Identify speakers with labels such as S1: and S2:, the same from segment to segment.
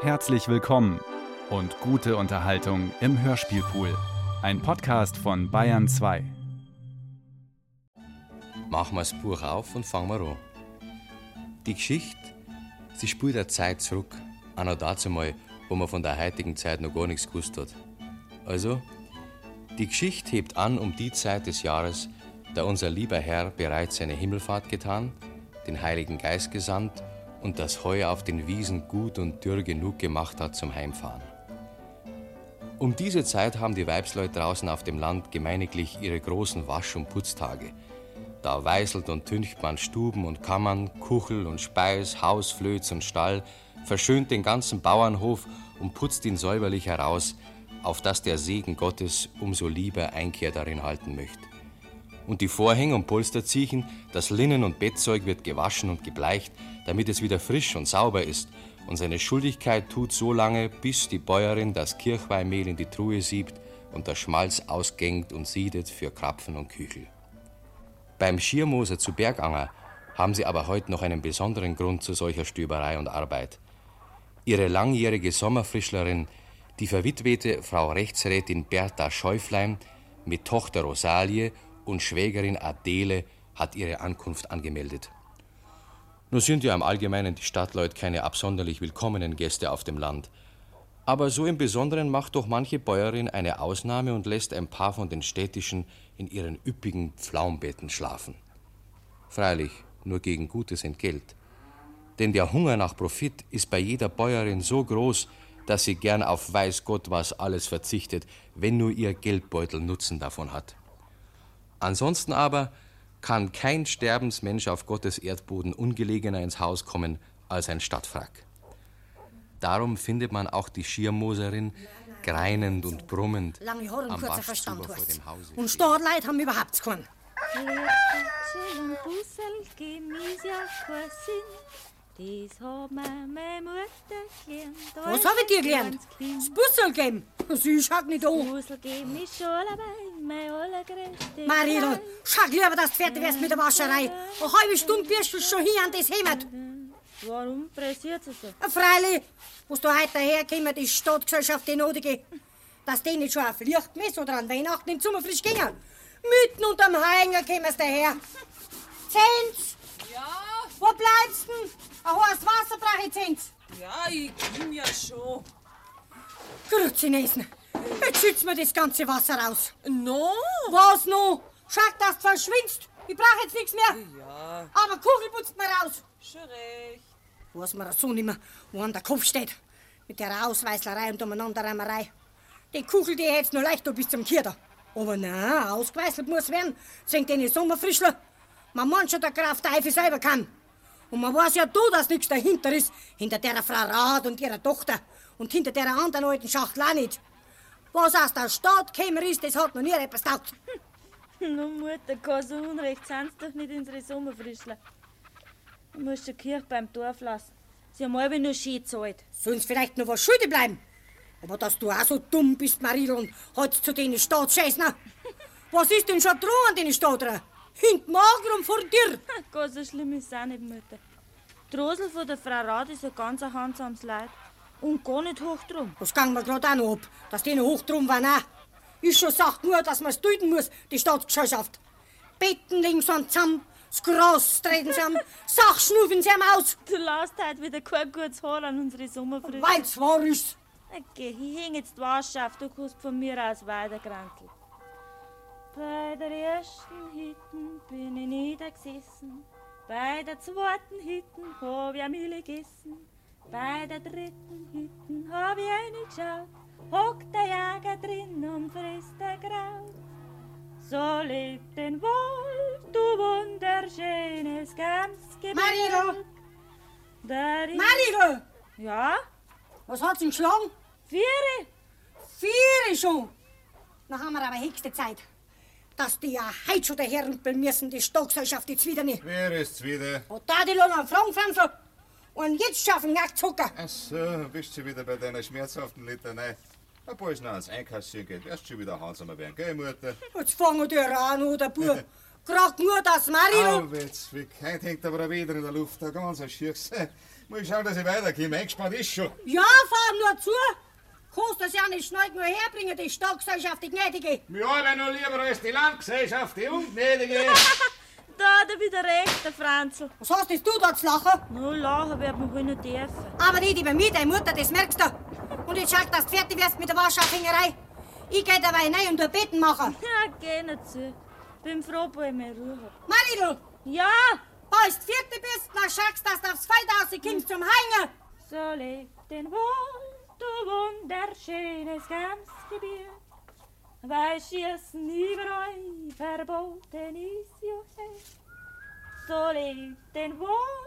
S1: Herzlich willkommen und gute Unterhaltung im Hörspielpool. Ein Podcast von Bayern 2.
S2: Machen wir das Buch auf und fangen wir an. Die Geschichte, sie spielt der Zeit zurück. Auch noch dazu mal, wo man von der heutigen Zeit noch gar nichts gewusst hat. Also, die Geschichte hebt an um die Zeit des Jahres, da unser lieber Herr bereits seine Himmelfahrt getan, den Heiligen Geist gesandt und das Heu auf den Wiesen gut und dürr genug gemacht hat zum Heimfahren. Um diese Zeit haben die Weibsleut draußen auf dem Land gemeiniglich ihre großen Wasch- und Putztage. Da weißelt und tüncht man Stuben und Kammern, Kuchel und Speis, Haus, Flöz und Stall, verschönt den ganzen Bauernhof und putzt ihn säuberlich heraus, auf dass der Segen Gottes umso lieber Einkehr darin halten möchte. Und die Vorhänge und Polsterziechen, das Linnen und Bettzeug wird gewaschen und gebleicht, damit es wieder frisch und sauber ist. Und seine Schuldigkeit tut so lange, bis die Bäuerin das Kirchweihmehl in die Truhe siebt und der Schmalz ausgängt und siedet für Krapfen und Küchel. Beim Schiermoser zu Berganger haben sie aber heute noch einen besonderen Grund zu solcher Stöberei und Arbeit. Ihre langjährige Sommerfrischlerin, die verwitwete Frau Rechtsrätin Bertha Schäuflein mit Tochter Rosalie und Schwägerin Adele hat ihre Ankunft angemeldet. Nur sind ja im Allgemeinen die Stadtleut keine absonderlich willkommenen Gäste auf dem Land. Aber so im Besonderen macht doch manche Bäuerin eine Ausnahme und lässt ein paar von den Städtischen in ihren üppigen Pflaumbetten schlafen. Freilich nur gegen gutes Entgelt. Denn der Hunger nach Profit ist bei jeder Bäuerin so groß, dass sie gern auf weiß Gott was alles verzichtet, wenn nur ihr Geldbeutel Nutzen davon hat. Ansonsten aber kann kein Sterbensmensch auf Gottes Erdboden ungelegener ins Haus kommen als ein Stadtfrack. Darum findet man auch die Schirmoserin greinend und brummend
S3: Lange Haare und
S2: am
S3: kurzer
S2: Waschzuber
S3: Verstand
S2: vor
S3: heißt's.
S2: dem Hause.
S3: Und Stadtleute haben überhaupt keinen.
S4: Kerze und Bussel geben ist ja kein Sinn. Das hat mir meine Mutter gelernt.
S3: Was hab ich dir gelernt? Das Bussel geben. Sie schaut nicht an.
S4: Bussel geben ist schon dabei, mein allergrößte.
S3: Maridl, schau lieber, dass du fertig wirst mit der Wascherei. Eine halbe Stunde wirst du schon hier an das Hemd.
S4: Warum pressiert sie so?
S3: Äh, Freilich, was da heute daherkommt, ist Stadtgesellschaft die Notige. Dass die nicht schon auf Lichtmess oder an Weihnachten im Sommer frisch gingen. Mitten unterm Hainger kommen sie daher. Zenz!
S5: Ja,
S3: Wo bleibst denn? Ein heißes Wasser brauche ich, Zenz.
S5: ja, ich komm ja schon.
S3: Grützinesen, jetzt schützt mir das ganze Wasser raus.
S5: No?
S3: Was noch? Schau, dass du verschwindst. Ich brauch jetzt nichts mehr.
S5: Ja,
S3: Aber Kuchel putzt mir raus.
S5: schon recht.
S3: Was mir so nimmer, wo an der Kopf steht. Mit der Ausweißlerei und Umeinanderreimerei. Die Kuchel, die hätt's nur leicht da bis zum Kierter. Aber na, ausgeweißelt muss werden, singt den Sommerfrischler. Man meint schon, der Graf Teufel selber kann. Und man weiß ja du, dass nichts dahinter ist. Hinter der Frau Rath und ihrer Tochter. Und hinter der anderen alten Schachtel auch nicht. Was aus der Stadt gekommen ist, das hat noch nie etwas taugt.
S4: Nun, Mutter, kein so Unrecht, sind sie doch nicht unsere Sommerfrischler. Du musst die Kirche beim Dorf lassen. Sie haben alle nur Ski gezahlt.
S3: Sonst vielleicht noch was schuldig bleiben. Aber dass du auch so dumm bist, Maridl, und halt zu den Staatsscheißner. Was ist denn schon dran an den Stadtrer? Hint mager und vor dir.
S4: Gar so schlimm ist es auch nicht, Mutter. Die Rosel von der Frau Rath ist ein ganz ein handsames Leid. Und gar nicht hoch drum.
S3: Das ging mir grad auch noch ab, dass die noch hoch drum waren. Auch. Ist schon Sache nur, dass man's töten muss, die Staatsgesellschaft. Betten legen sie zusammen, das Gras treten sie an, Sachschnufen sie am aus,
S4: Du lässt heute wieder kein gutes Haar an unsere Sommerfrische.
S3: weil's wahr ist.
S4: Okay, ich häng jetzt die Wasche auf, du kannst von mir aus weiterkrankeln. Bei der ersten Hütte bin ich niedergesessen. Bei der zweiten Hütte hab ich Mille gegessen. Bei der dritten Hütte hab ich eine geschaut. Hockt der Jäger drin und frisst der Graut. So lebt den Wolf, du wunderschönes ganz
S3: Marilo!
S4: Darin...
S3: Maridl,
S4: ja?
S3: was hat's denn geschlagen?
S4: Viere?
S3: Vier schon. Dann haben wir aber höchste Zeit, dass die ja heute schon daherrümpeln müssen, die Stockgesellschaft, die Zwiderne.
S6: Wer ist's wieder?
S3: Und da die Lohn fragen, Franzl. Und jetzt schaffen wir Zucker.
S6: Ach so, bist du wieder bei deiner schmerzhaften Litanei? Ein paar ist noch ans Einkassieren geht, wirst schon wieder handsamer werden, gell, Mutter?
S3: Jetzt fangen die an, oder, Bub? Gerade nur das Mario.
S6: Auwitz, wie kein hängt aber wieder in der Luft, ein ganzer Schirchse.
S7: Muss ich schauen, dass ich weiterkomme. Eingespannt ist schon.
S3: Ja, fahr nur zu! Kannst das ja nicht schnell genug herbringen, die Stadtgesellschaft, die Gnädige!
S7: Wir arbeiten noch lieber als die Landgesellschaft, die Ungnädige.
S4: Da hat er wieder recht, der Franzl.
S3: Was hast denn du da zu lachen?
S4: Nur lachen wird man wohl nicht dürfen.
S3: Aber nicht über mich, deine Mutter, das merkst du. Und jetzt schau, dass du fertig wirst mit der Waschaufingerei. Ich geh dabei hinein und tu Beten machen.
S4: Ja, geh nicht zu. Bin froh, wo ich meine Ruhe hab.
S3: Maridl,
S4: Ja,
S3: als du fertig bist, dann schau, dass du aufs Feld rauskommst zum Hängen.
S4: so lebt den Wohl, du wunderschönes Gamsgebiet. Weil Schießen überall verboten ist, Jose. So lebt den Wohl.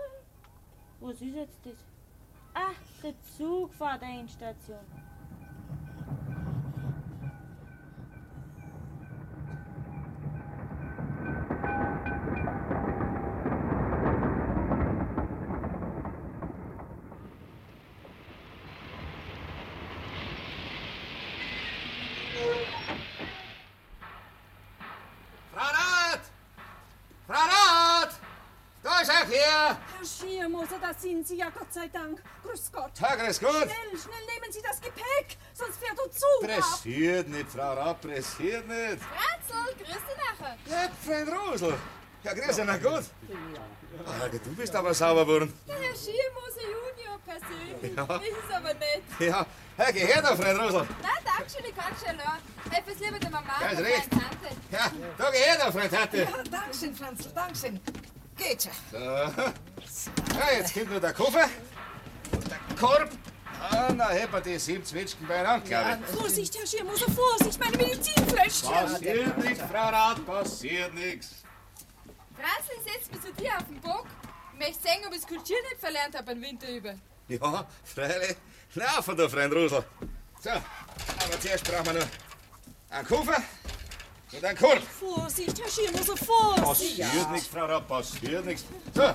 S4: Was ist jetzt das? Ach, der Zug fährt eine Station.
S7: Frau Rat! Frau Rat! Da ist auch hier!
S8: Herr Schiermoser, da sind Sie ja, Gott sei Dank. Grüß Gott.
S7: Tag, grüß Gott!
S8: Schnell, schnell nehmen Sie das Gepäck, sonst fährt er zu.
S7: Pressiert nicht, Frau Rat, pressiert nicht.
S9: Franzl, grüß dich nachher.
S7: Ja, Freund Rosel. Ja, grüß dich, na gut. Ah, du bist aber sauber geworden.
S9: Der Herr Schiermoser Junior persönlich.
S7: Ja.
S9: Das ist aber nett.
S7: Ja, ja geh her da, Freund Rosel.
S9: Na, danke schön, ich kann schon noch. Etwas lieber der Mama
S7: Ja, ist
S9: und
S7: recht.
S9: meiner Tante.
S7: Ja, da geh her da, Freund Hatte.
S6: Ja, Dankeschön, Franzl, Dankeschön. Geht schon.
S7: So. Ja, jetzt kommt nur der Koffer. Und der Korb. Ah, na, hätten wir die sieben Zwetschgen beieinander, glaube ich.
S8: Vorsicht, Herr Schiermoser, Vorsicht, meine Medizinfläschchen.
S7: Passiert nichts, Frau Rat, passiert nichts.
S9: Franzl, ich setz mich zu dir auf den Bock. Ich möchte sehen, ob ich das Kultur nicht verlernt habe, den Winter über.
S7: Ja, Nou, freilich. Laufen da, Freund Rosel. So, aber zuerst brauchen wir noch einen Koffer und einen Korb.
S8: Vorsicht, Herr Schiermoser, Vorsicht.
S7: Passiert nichts, Frau Rapp, passiert nichts. So,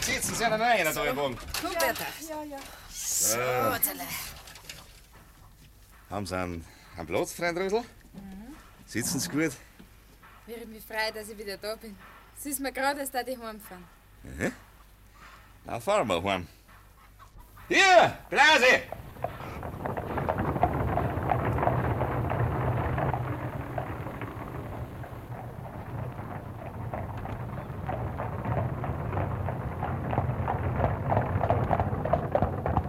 S7: sitzen Sie einen rein, da im Wagen.
S6: Komm, Bertha.
S8: Ja, ja.
S7: Eh,
S6: Otzele.
S7: Haben Sie einen, einen Platz, Freund Rosel? Sitzen Sie gut?
S9: Wäre mich frei, dass ich wieder da bin. Es ist mir gerade, dass da die heimfahren.
S7: Na, fahren wir heim. Nou, Hier, Blase!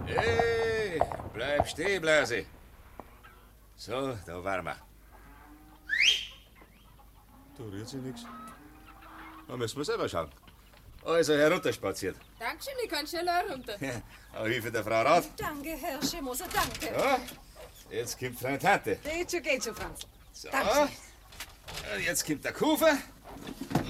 S7: Hey, bleib stehen, Blase. So, da waren wir. Da rührt sich nichts. Da müssen wir selber schauen. Also herunterspaziert.
S9: Dankeschön, ich kann schon auch runter.
S7: Ja, Auf Hilfe der Frau Rat.
S8: Danke, Herr Schiermoser, danke.
S7: Ja, jetzt kommt seine Tante.
S6: Geht schon, geht schon, Franzl.
S7: So. Und Jetzt kommt der Kufer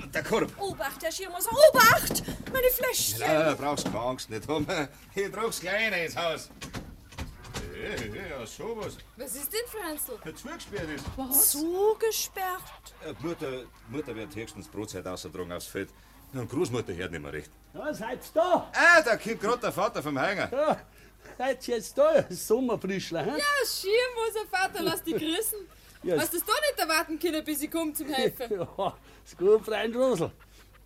S7: und der Korb.
S8: Obacht, Herr Schirmoser, Obacht! Meine Fläschchen!
S7: Ja, brauchst keine Angst nicht haben. Ich druck's gleich rein ins Haus. Ja, ja, sowas.
S9: Was ist denn, Franzl?
S7: Wenn zugesperrt ist.
S8: Zugesperrt.
S7: Äh, die Mutter, die Mutter wird höchstens Brotzeit ausgedrungen aufs Feld. Und Großmutter hört nicht mehr recht.
S10: Ja, seid's da?
S7: Ah, da kommt gerade der Vater vom Hänger.
S10: Ja, seid's jetzt da, Sommerfrischler, hä?
S9: Ja, Schiermoser Vater, lass dich grüßen.
S10: Ja,
S9: Hast du es doch nicht erwarten können, bis ich komme zum Helfen?
S10: Ja, ist gut, Freund Rosel.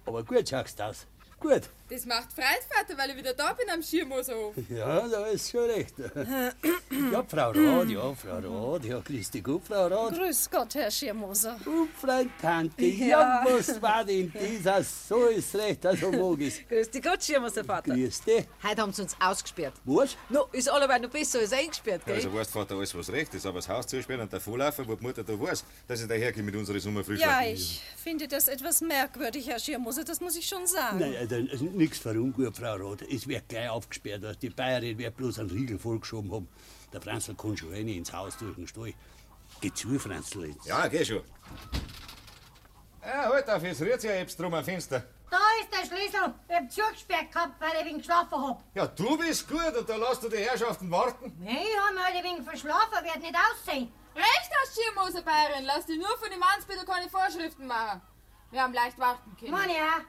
S10: Aber gut schaust du aus. Gut.
S9: Das macht Freude, Vater, weil ich wieder da bin am Schiermoserhof.
S10: Ja, da ist schon recht. Ja, Frau Rad, ja, Frau Rad, ja, grüß dich gut, Frau Rad.
S11: Grüß Gott, Herr Schirmoser.
S10: Und Freund Tante, ja, was war denn das? So ist recht, also mag ich's.
S11: Grüß dich Gott, Schirmoser Vater.
S10: Grüß dich.
S6: Heute haben sie uns ausgesperrt.
S10: Was?
S11: No, ist alleweil noch besser als eingesperrt, gell?
S7: Also weißt Vater alles, was recht ist, aber das Haus zusperren und der Vorlaufen, wo die Mutter da weiß, dass ich daherkomme mit unseren Sommerfrühstücken.
S11: ja, ich finde das etwas merkwürdig, Herr Schirmoser, das muss ich schon sagen.
S10: Nein, also, nichts für ungut, Frau Roth. Es wird gleich aufgesperrt. Also die Bayerin wird bloß einen Riegel vorgeschoben haben. Der Franzl kann schon rein ins Haus durch den Stall. Geh zu, Franzl. Jetzt.
S7: Ja, geh schon. Ja, halt auf, jetzt rührt sich ja jetzt drum am Fenster.
S3: Da ist der Schlüssel. Ich hab zugesperrt gehabt, weil ich wegen geschlafen hab.
S7: Ja, du bist gut und da lässt du die Herrschaften warten.
S3: Nee, ich hab mich halt wegen verschlafen, werd nicht aussehen.
S9: Recht hast, Schirmoser Bayerin, lass dich nur von dem Anspeter keine Vorschriften machen. Wir haben leicht warten können.
S3: Mann, ja.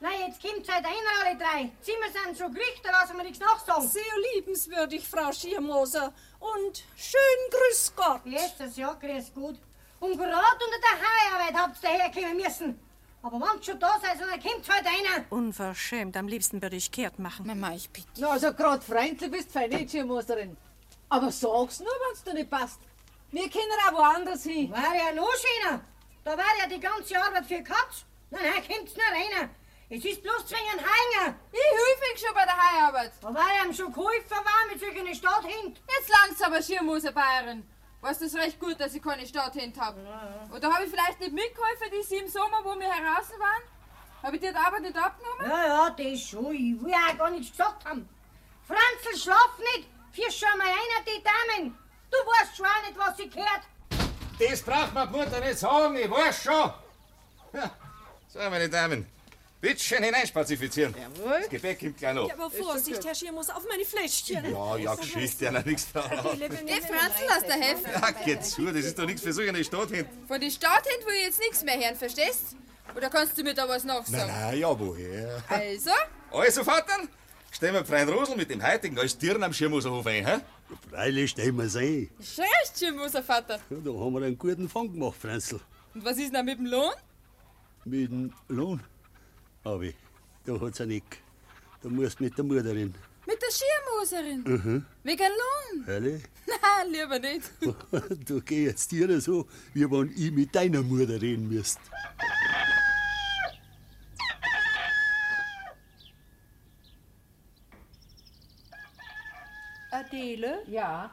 S3: Na, jetzt kommt's halt rein, alle drei. Zimmer sind schon gerichtet, da lassen wir nichts nachsagen.
S8: Sehr liebenswürdig, Frau Schiermoser. Und schön grüß Gott.
S3: Jesus, ja, grüß gut. Und gerade unter der Heuerarbeit habt ihr daherkommen müssen. Aber wenn ihr schon da seid, dann kommt halt einer.
S12: Unverschämt, am liebsten würde ich kehrt machen. Mama, ich bitte.
S11: Na, also grad freundlich bist, fein nicht hier, Musterin. Aber sag's nur, wenn's dir nicht passt. Wir können auch woanders hin.
S3: War ja noch schöner. Da war ja die ganze Arbeit für Katz. Nein, nein, kommt's nur einer. Es ist bloß zwingend Heinger.
S9: Ich helfe ihm schon bei der Heiarbeit.
S3: Da war ja ihm schon geholfen, war mit solchen Stadthind.
S9: Jetzt langsam, Schirmhose Bayern. Weißt du es recht gut, dass ich keine Stadthind habe? Und da habe ich vielleicht nicht mitgeholfen, die sie im Sommer, wo wir heraus waren? Habe ich dir die Arbeit nicht abgenommen?
S3: Ja, ja, das schon. Ich will auch gar nichts gesagt haben. Franzl, schlaf nicht. Für schon mal einer die Damen. Du weißt schon auch nicht, was ich gehört.
S7: Das braucht man Mutter nicht sagen, ich weiß schon. Ja. So, meine Damen, bitte schön hineinspazifizieren. Jawohl. Das Gebäck kommt gleich noch.
S8: Ja, aber Vorsicht, Herr Schirmus, auf meine Fläschchen.
S7: Ja, ja, Geschichte, ja, nichts da.
S9: Der Franzl aus der Hälfte.
S7: Ja, geht zu, das ist doch nichts für so eine Stadt hin.
S9: Von den Stadthind will ich jetzt nichts mehr hören, verstehst? Oder kannst du mir da was
S7: Nein,
S9: nachsagen?
S7: nein, ja, woher?
S9: Also?
S7: Also, Vater, stellen wir Freund Rosel mit dem heutigen als Tieren am Schirmhoserhof ein, hä?
S10: Freilich stehen wir sehen.
S9: Schön, Schirmhoser Vater.
S10: Ja, da haben wir einen guten Fang gemacht, Franzl.
S9: Und was ist denn mit dem Lohn?
S10: Mit dem Lohn. Aber da hat's einen Eck. Da musst du mit der Mutterin.
S9: Mit der Schirmhoserin.
S10: Mhm.
S9: Wegen Lohn?
S10: Ehrlich?
S9: Nein, lieber nicht.
S10: du geh jetzt dir so, wie wenn ich mit deiner Mutter reden müsst.
S8: Adele?
S11: Ja.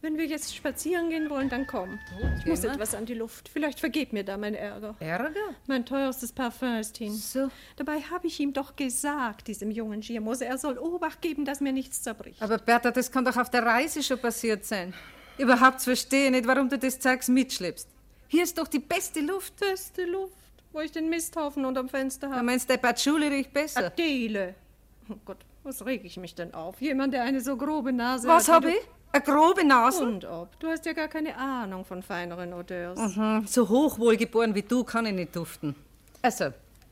S8: Wenn wir jetzt spazieren gehen wollen, dann komm. Ich
S11: gehen
S8: muss
S11: wir.
S8: etwas an die Luft. Vielleicht vergeht mir da mein Ärger.
S11: Ärger?
S8: Mein teuerstes Parfum ist hin. So. Dabei habe ich ihm doch gesagt, diesem jungen Girmose, er soll Obacht geben, dass mir nichts zerbricht.
S11: Aber Bertha, das kann doch auf der Reise schon passiert sein. Überhaupt verstehe ich nicht, warum du das Zeugs mitschleppst. Hier ist doch die beste Luft.
S8: Beste Luft, wo ich den Misthaufen unterm Fenster habe.
S11: Du meinst, der Patchouli riecht besser?
S8: Adele. Oh Gott, was reg ich mich denn auf? Jemand, der eine so grobe Nase
S11: Was
S8: hat.
S11: habe
S8: wie du-
S11: ich? Eine grobe Nase?
S8: Und ob. Du hast ja gar keine Ahnung von feineren Odeurs.
S11: Mhm. So hochwohlgeboren wie du kann ich nicht duften. Also,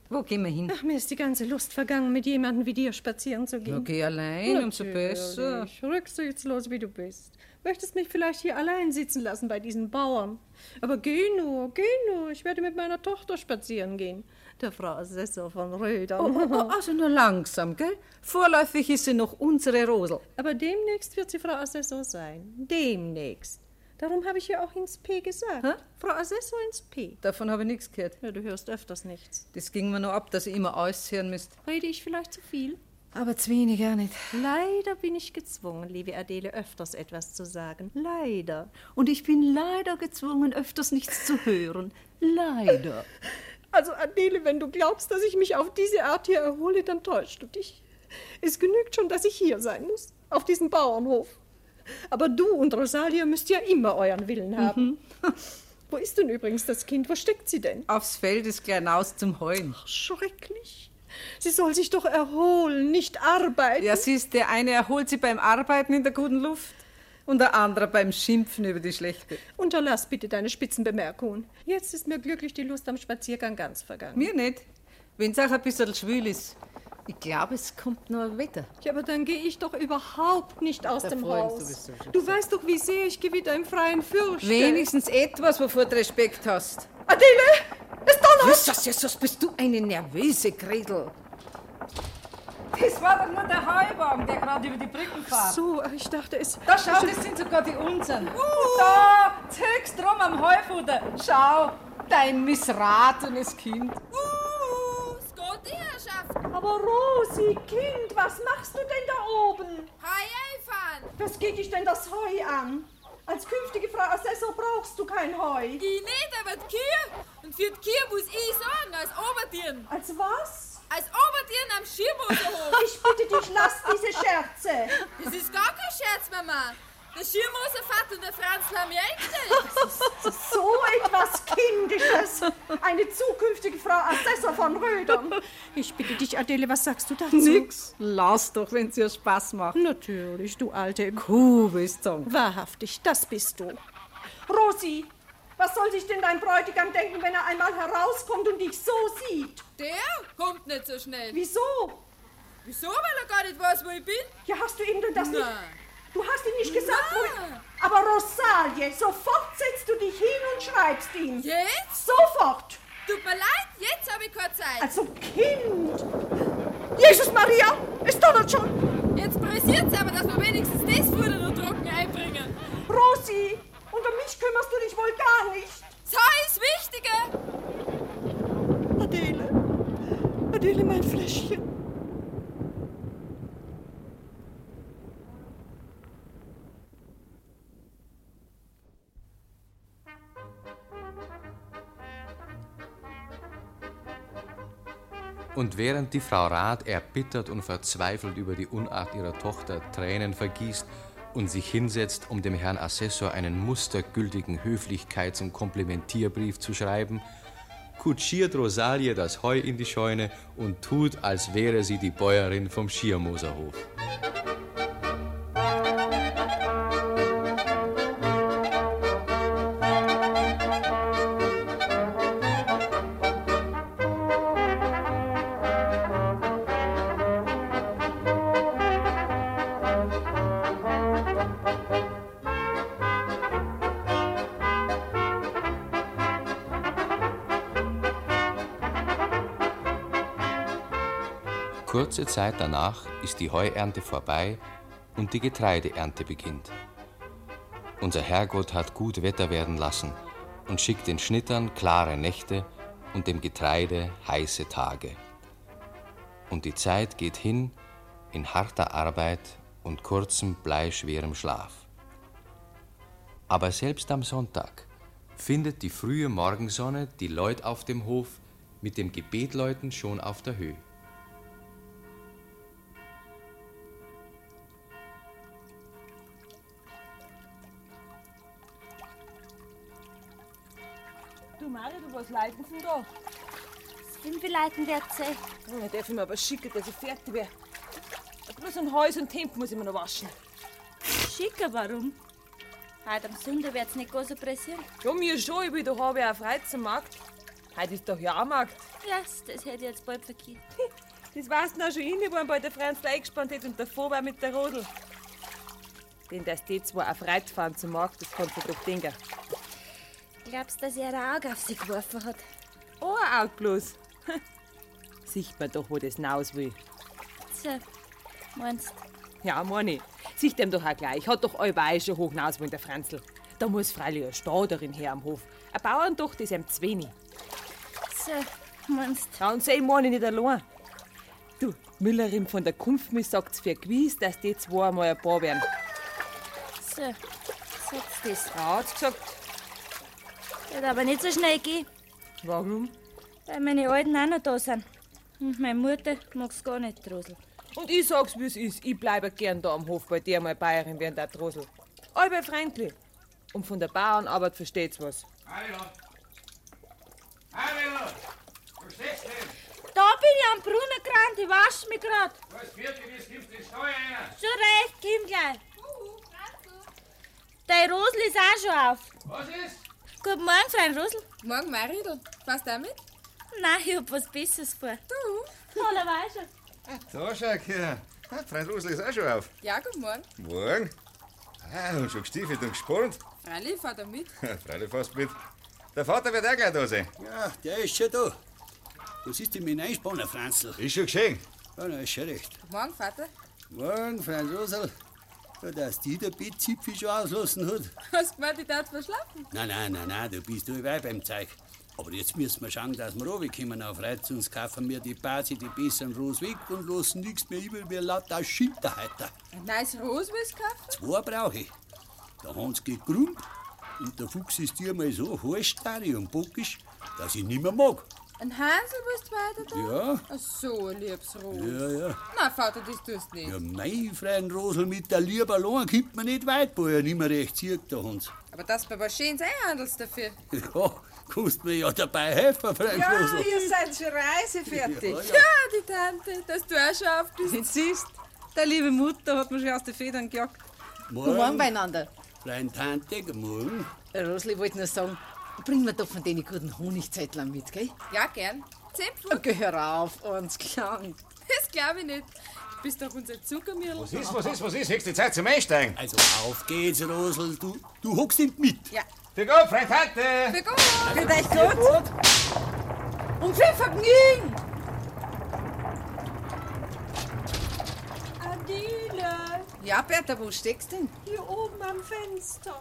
S11: wo gehen wir hin?
S8: Ach, mir ist die ganze Lust vergangen, mit jemandem wie dir spazieren zu gehen.
S11: Na, geh allein, umso besser.
S8: Natürlich, Rücksichtslos, wie du bist. Möchtest mich vielleicht hier allein sitzen lassen bei diesen Bauern. Aber geh nur, geh nur. Ich werde mit meiner Tochter spazieren gehen. Der Frau Assessor von Rödern.
S11: Oh, oh, oh, also nur langsam, gell? Vorläufig ist sie noch unsere Rosel.
S8: Aber demnächst wird sie Frau Assessor sein. Demnächst. Darum habe ich ja auch ins P gesagt. Frau Assessor ins P.
S11: Davon habe ich nichts gehört.
S8: Ja, du hörst öfters nichts.
S11: Das ging mir nur ab, dass ich immer alles hören müsst.
S8: Rede ich vielleicht zu viel?
S11: Aber zu wenig auch nicht.
S8: Leider bin ich gezwungen, liebe Adele, öfters etwas zu sagen. Leider. Und ich bin leider gezwungen, öfters nichts zu hören. Leider. Also, Adele, wenn du glaubst, dass ich mich auf diese Art hier erhole, dann täuschst du dich. Es genügt schon, dass ich hier sein muss, auf diesem Bauernhof. Aber du und Rosalia müsst ja immer euren
S11: Mhm.
S8: Willen haben. Wo ist denn übrigens das Kind? Wo steckt sie denn?
S11: Aufs Feld ist klein aus zum Heulen.
S8: Schrecklich. Sie soll sich doch erholen, nicht arbeiten.
S11: Ja, siehst, der eine erholt sie beim Arbeiten in der guten Luft und der andere beim Schimpfen über die schlechte.
S8: Unterlass bitte deine spitzen Bemerkungen. Jetzt ist mir glücklich die Lust am Spaziergang ganz vergangen.
S11: Mir nicht. Wenn's auch ein bisschen schwül ist. Ich glaube, es kommt nur ein Wetter.
S8: Ja, aber dann gehe ich doch überhaupt nicht aus
S11: Da
S8: dem
S11: freuen Sie
S8: Haus.
S11: sich
S8: Du weißt doch, wie sehr ich Gewitter im Freien fürchte.
S11: Wenigstens etwas, wovor du Respekt hast.
S8: Adele! Es
S11: donnert! Jesus, bist du eine nervöse Gretel.
S13: Das war doch nur der Heubaum, der gerade über die Brücken fährt.
S8: So, ich dachte es. Also- Uh.
S13: Da schau, das sind sogar die unseren. Da, zögst drum am Heufutter. Schau, dein missratenes Kind.
S9: Gott, die Herrschaft.
S8: Aber Rosi, Kind, was machst du denn da oben?
S9: Hei, fahren.
S8: Was geht dich denn das Heu an? Als künftige Frau Assessor brauchst du kein Heu.
S9: Ich nicht, aber die Kühe. Und für die Kühe muss ich sagen, als Obertieren.
S8: Als was?
S9: Als Obertieren am Schirmhoserhof.
S8: Ich bitte dich, lass diese Scherze.
S9: Das ist gar kein Scherz, Mama. Der Schirmhoservater und der Franzl haben ja eingestellt.
S8: So etwas Kindisches! Eine zukünftige Frau Assessor von Rödern! Ich bitte dich, Adele, was sagst du dazu?
S11: Nix. Lass doch, wenn's ihr Spaß macht.
S8: Natürlich, du alte
S11: Kuh, bist du.
S8: Wahrhaftig, das bist du. Rosi, was soll sich denn dein Bräutigam denken, wenn er einmal herauskommt und dich so sieht?
S9: Der kommt nicht so schnell.
S8: Wieso?
S9: Wieso, weil er gar nicht weiß, wo ich bin?
S8: Ja, hast du ihm denn das nicht...
S9: Nein.
S8: Du hast ihm nicht gesagt, wo... Aber Rosalie, sofort setzt du dich hin und schreibst ihm.
S9: Jetzt?
S8: Sofort!
S9: Du tut mir leid, jetzt habe ich keine Zeit.
S14: Also Kind! Jesus Maria, es donnert schon!
S9: Jetzt pressiert's aber, dass wir wenigstens das Futter noch trocken einbringen.
S14: Rosi, unter
S8: um
S14: mich kümmerst du dich wohl gar nicht.
S9: So ist wichtiger.
S14: Adele, Adele, mein Fläschchen.
S2: Und während die Frau Rath erbittert und verzweifelt über die Unart ihrer Tochter Tränen vergießt und sich hinsetzt, um dem Herrn Assessor einen mustergültigen Höflichkeits- und Komplimentierbrief zu schreiben, kutschiert Rosalie das Heu in die Scheune und tut, als wäre sie die Bäuerin vom Schiermoserhof. Kurze Zeit danach ist die Heuernte vorbei und die Getreideernte beginnt. Unser Herrgott hat gut Wetter werden lassen und schickt den Schnittern klare Nächte und dem Getreide heiße Tage. Und die Zeit geht hin in harter Arbeit und kurzem bleischwerem Schlaf. Aber selbst am Sonntag findet die frühe Morgensonne die Leut auf dem Hof mit dem Gebetläuten schon auf der Höhe.
S5: Du Mari, du was leiten von da?
S15: Hinbeleiten der
S4: äh?
S15: Zeit.
S5: Ich darf mir aber schicken, dass ich fertig wäre. Bloß ein Hals und Hemd muss ich mir noch waschen.
S4: Schicker, warum? Heute am Sonntag wird's nicht gar so pressieren.
S5: Ja, mir schon, ich bin da habe ich auch frei zum Markt. Heute ist doch Jahrmarkt.
S4: Yes, das hätte ich jetzt bald verkehrt.
S5: Das weißt du auch schon hin, ich war bei der Franzl eingespannt hat und davor war mit der Rodel. Denn dass die zwei auch frei fahren zum Markt, das kannst du doch denken.
S15: Glaubst du, dass er ein Auge auf sie geworfen hat?
S5: Oh, auch bloß. Sieht man doch, wo das hinaus will.
S4: So, meinst
S5: Ja, Moni, sieht dem doch auch gleich. Hat doch allweil schon hoch hinaus wollen, der Franzl. Da muss freilich eine Staderin her am Hof. Eine Bauerntochter ist ihm zu wenig.
S4: So, meinst
S5: Ja, und sei Moni nicht allein. Du, Müllerin von der Kumpfmiss sagt's für gewiss, dass die zwei einmal ein Paar werden.
S4: So, sagst das.
S5: Ja, hat's gesagt.
S4: Wird aber nicht so schnell gehen.
S5: Warum?
S4: Weil meine Alten auch noch da sind. Und meine Mutter mag's gar nicht, Rosel.
S5: Und ich sag's, wie's ist. Ich bleibe gern da am Hof bei dir mal Bayerin während der Drosel. Allweil freundlich. Und von der Bauernarbeit versteht's was.
S4: Da bin ich am Brunnen gerannt, ich wasch mich grad.
S6: Was wird denn das? Gibst den Steuer her?
S4: Schon recht, komm gleich. Dein Rosel ist auch schon auf.
S6: Was ist?
S4: Guten Morgen, Freund Rosel.
S9: Morgen, Maridl. Was damit?
S4: Nein, ich hab was Besseres vor. Du? Oder weißt du?
S6: Da schau, Kinder. Ah, Freund Rosel ist auch schon auf.
S9: Ja, guten Morgen.
S6: Morgen. Ah, und schon gestiefelt und gespornt.
S9: Freilich, fahr da mit.
S6: Freilich fast mit. Der Vater wird auch gleich da sein.
S10: Ja, der ist schon da. Was ist denn mit dem Einspanner, Franzl?
S6: Ist schon geschehen.
S10: Ja, na, ist schon recht.
S9: Guten Morgen, Vater.
S10: Morgen, Franz Rosal. Ja, dass die der Bettzipfel schon auslassen hat.
S9: Hast du gemeint, ich darf verschlafen?
S10: Nein, nein, nein, nein, da bist du weit beim Zeug. Aber jetzt müssen wir schauen, dass wir runterkommen auf Reiz, sonst kaufen wir die Basi, die besseren Rosen weg und lassen nichts mehr über, wir lauter Schinterhalter.
S9: Ein neues Rose willst du kaufen?
S10: Zwei brauche ich. Der Hans geht grump und der Fuchs ist dir mal so halsstarrig und bockisch, dass ich nimmer mag.
S9: Ein Hansel willst du weiter da?
S10: Ja.
S9: Ach so, ein liebes Rose.
S10: Ja, ja.
S9: Nein, Vater, das tust du nicht.
S10: Ja, mein Freund Rosel, mit der Liebe allein kommt man nicht weit, wo er nimmer recht zieht, der Hans.
S9: Aber dass du bei was Schönes einhandelst dafür.
S10: Ja, kannst mir ja dabei helfen, Freund
S5: Ja,
S10: Rosel.
S5: ihr seid schon reisefertig.
S10: Ja,
S9: Ja, die Tante, dass du auch schon auf bist.
S11: Siehst, der liebe Mutter hat mir schon aus den Federn gejagt. Guten Morgen beieinander.
S10: Freund Tante, guten Morgen.
S15: Rosli wollte nur sagen, bring mir doch von denen guten Honigzetteln mit, gell?
S9: Ja, gern. Zehn Pfund.
S15: Okay, hör auf, uns klang.
S9: Das glaube ich nicht. Du bist doch unser Zuckermürl.
S6: Was ist, was ist, was ist? Höchste Zeit zum Einsteigen.
S10: Also auf geht's, Rosel. Du, du hockst nicht mit.
S9: Ja.
S6: Für Gott, Freund Tante.
S9: Für Gott.
S6: Für dich gut.
S14: Und viel Vergnügen!
S16: Adele,
S15: Ja, Bertha, wo steckst denn?
S16: hier oben am Fenster.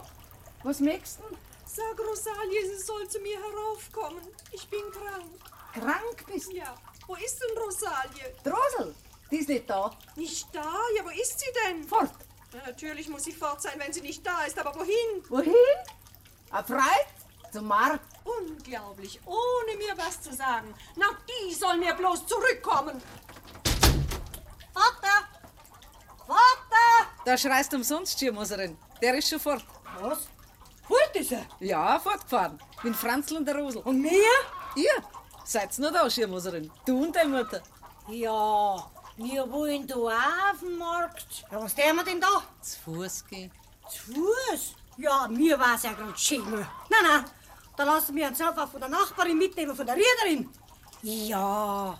S15: Was möchtest du?
S16: Sag Rosalie, sie soll zu mir heraufkommen. Ich bin krank.
S15: Krank bist?
S16: Ja. Wo ist denn Rosalie?
S15: Drosel, die ist nicht da.
S16: Nicht da? Ja, wo ist sie denn?
S15: Fort.
S16: Ja, natürlich muss sie fort sein, wenn sie nicht da ist. Aber wohin?
S15: Wohin? Auf Reit? Zum Markt?
S16: Unglaublich, ohne mir was zu sagen. Na, die soll mir bloß zurückkommen.
S3: Vater! Vater!
S11: Da schreist umsonst, Schirmhaserin. Der ist schon fort.
S3: Was? Fort ist er?
S11: Ja, fortgefahren. Mit Franzl und der Rosel.
S3: Und mir?
S11: Ihr? Seid's nur da, Schirmhaserin. Du und deine Mutter.
S3: Ja, wir wollen da auf den Markt. Ja, was tun wir denn da?
S15: Zu Fuß gehen.
S3: Zu Fuß? Ja, mir war es ja gerade schön. Nein, nein, da lassen wir uns einfach von der Nachbarin mitnehmen, von der Riederin. Ja,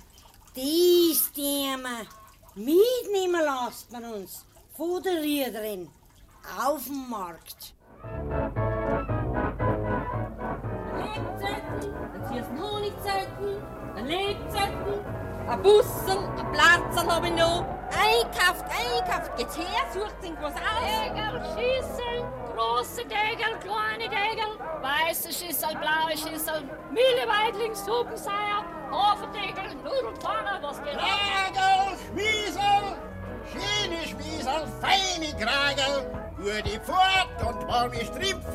S3: dies tun wir. Mitnehmen lassen wir uns. Von der Riederin. Auf den Markt.
S17: Lebzeiten, dann ziehst du Honigzeiten, dann Lebzeiten, ein Bussen, ein Platzerl hab ich noch. Einkauft, einkauft, geht's her, sucht irgendwas aus.
S18: Degel, Schüssel, große Degel, kleine Degel, weiße Schüssel, blaue Schüssel, Milleweidling, Suppenseier, Hafendegel, Nudelpfanne, was geht
S7: Kragel, Schmiesel, schöne Schmiesel, feine Kragel, gute Fort und warme Stripf,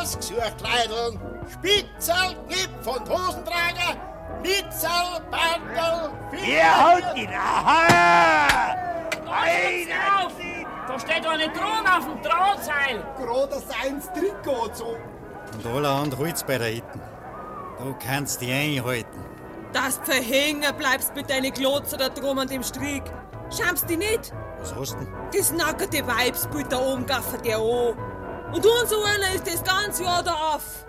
S7: ausgesucht Kleidl, Spitzel, Knipf und Hosentrager, Nitzel, Bandel,
S19: Ihr haut ihn! Aha!
S7: auf! Da steht eine Thron auf dem Drahtseil! Gerade seins Trikot so.
S20: Und allerhand Holz bereiten. Du kannst die einhalten.
S5: Dass du verhängen bleibst mit deinen Glotzer da drum an dem Strick. Schamst dich nicht?
S20: Was hast du denn?
S5: Das nackerte Weibsbild da oben gaffen dir an. Und unser einer ist das ganze Jahr da auf.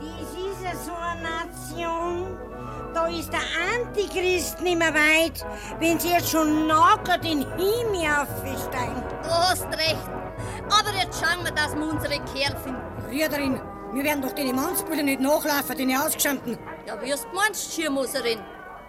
S3: Das ist ja so eine Nation. Da ist der Antichrist nicht mehr weit, wenn sie jetzt schon nackert in den Himmel aufsteigen.
S17: Du hast recht. Aber jetzt schauen wir, dass wir unsere Kerl finden.
S3: Riederin, wir werden doch den Mannsbrüder nicht nachlaufen, den Ausgeschämten.
S17: Ja, wie du meinst, Schirmhaserin.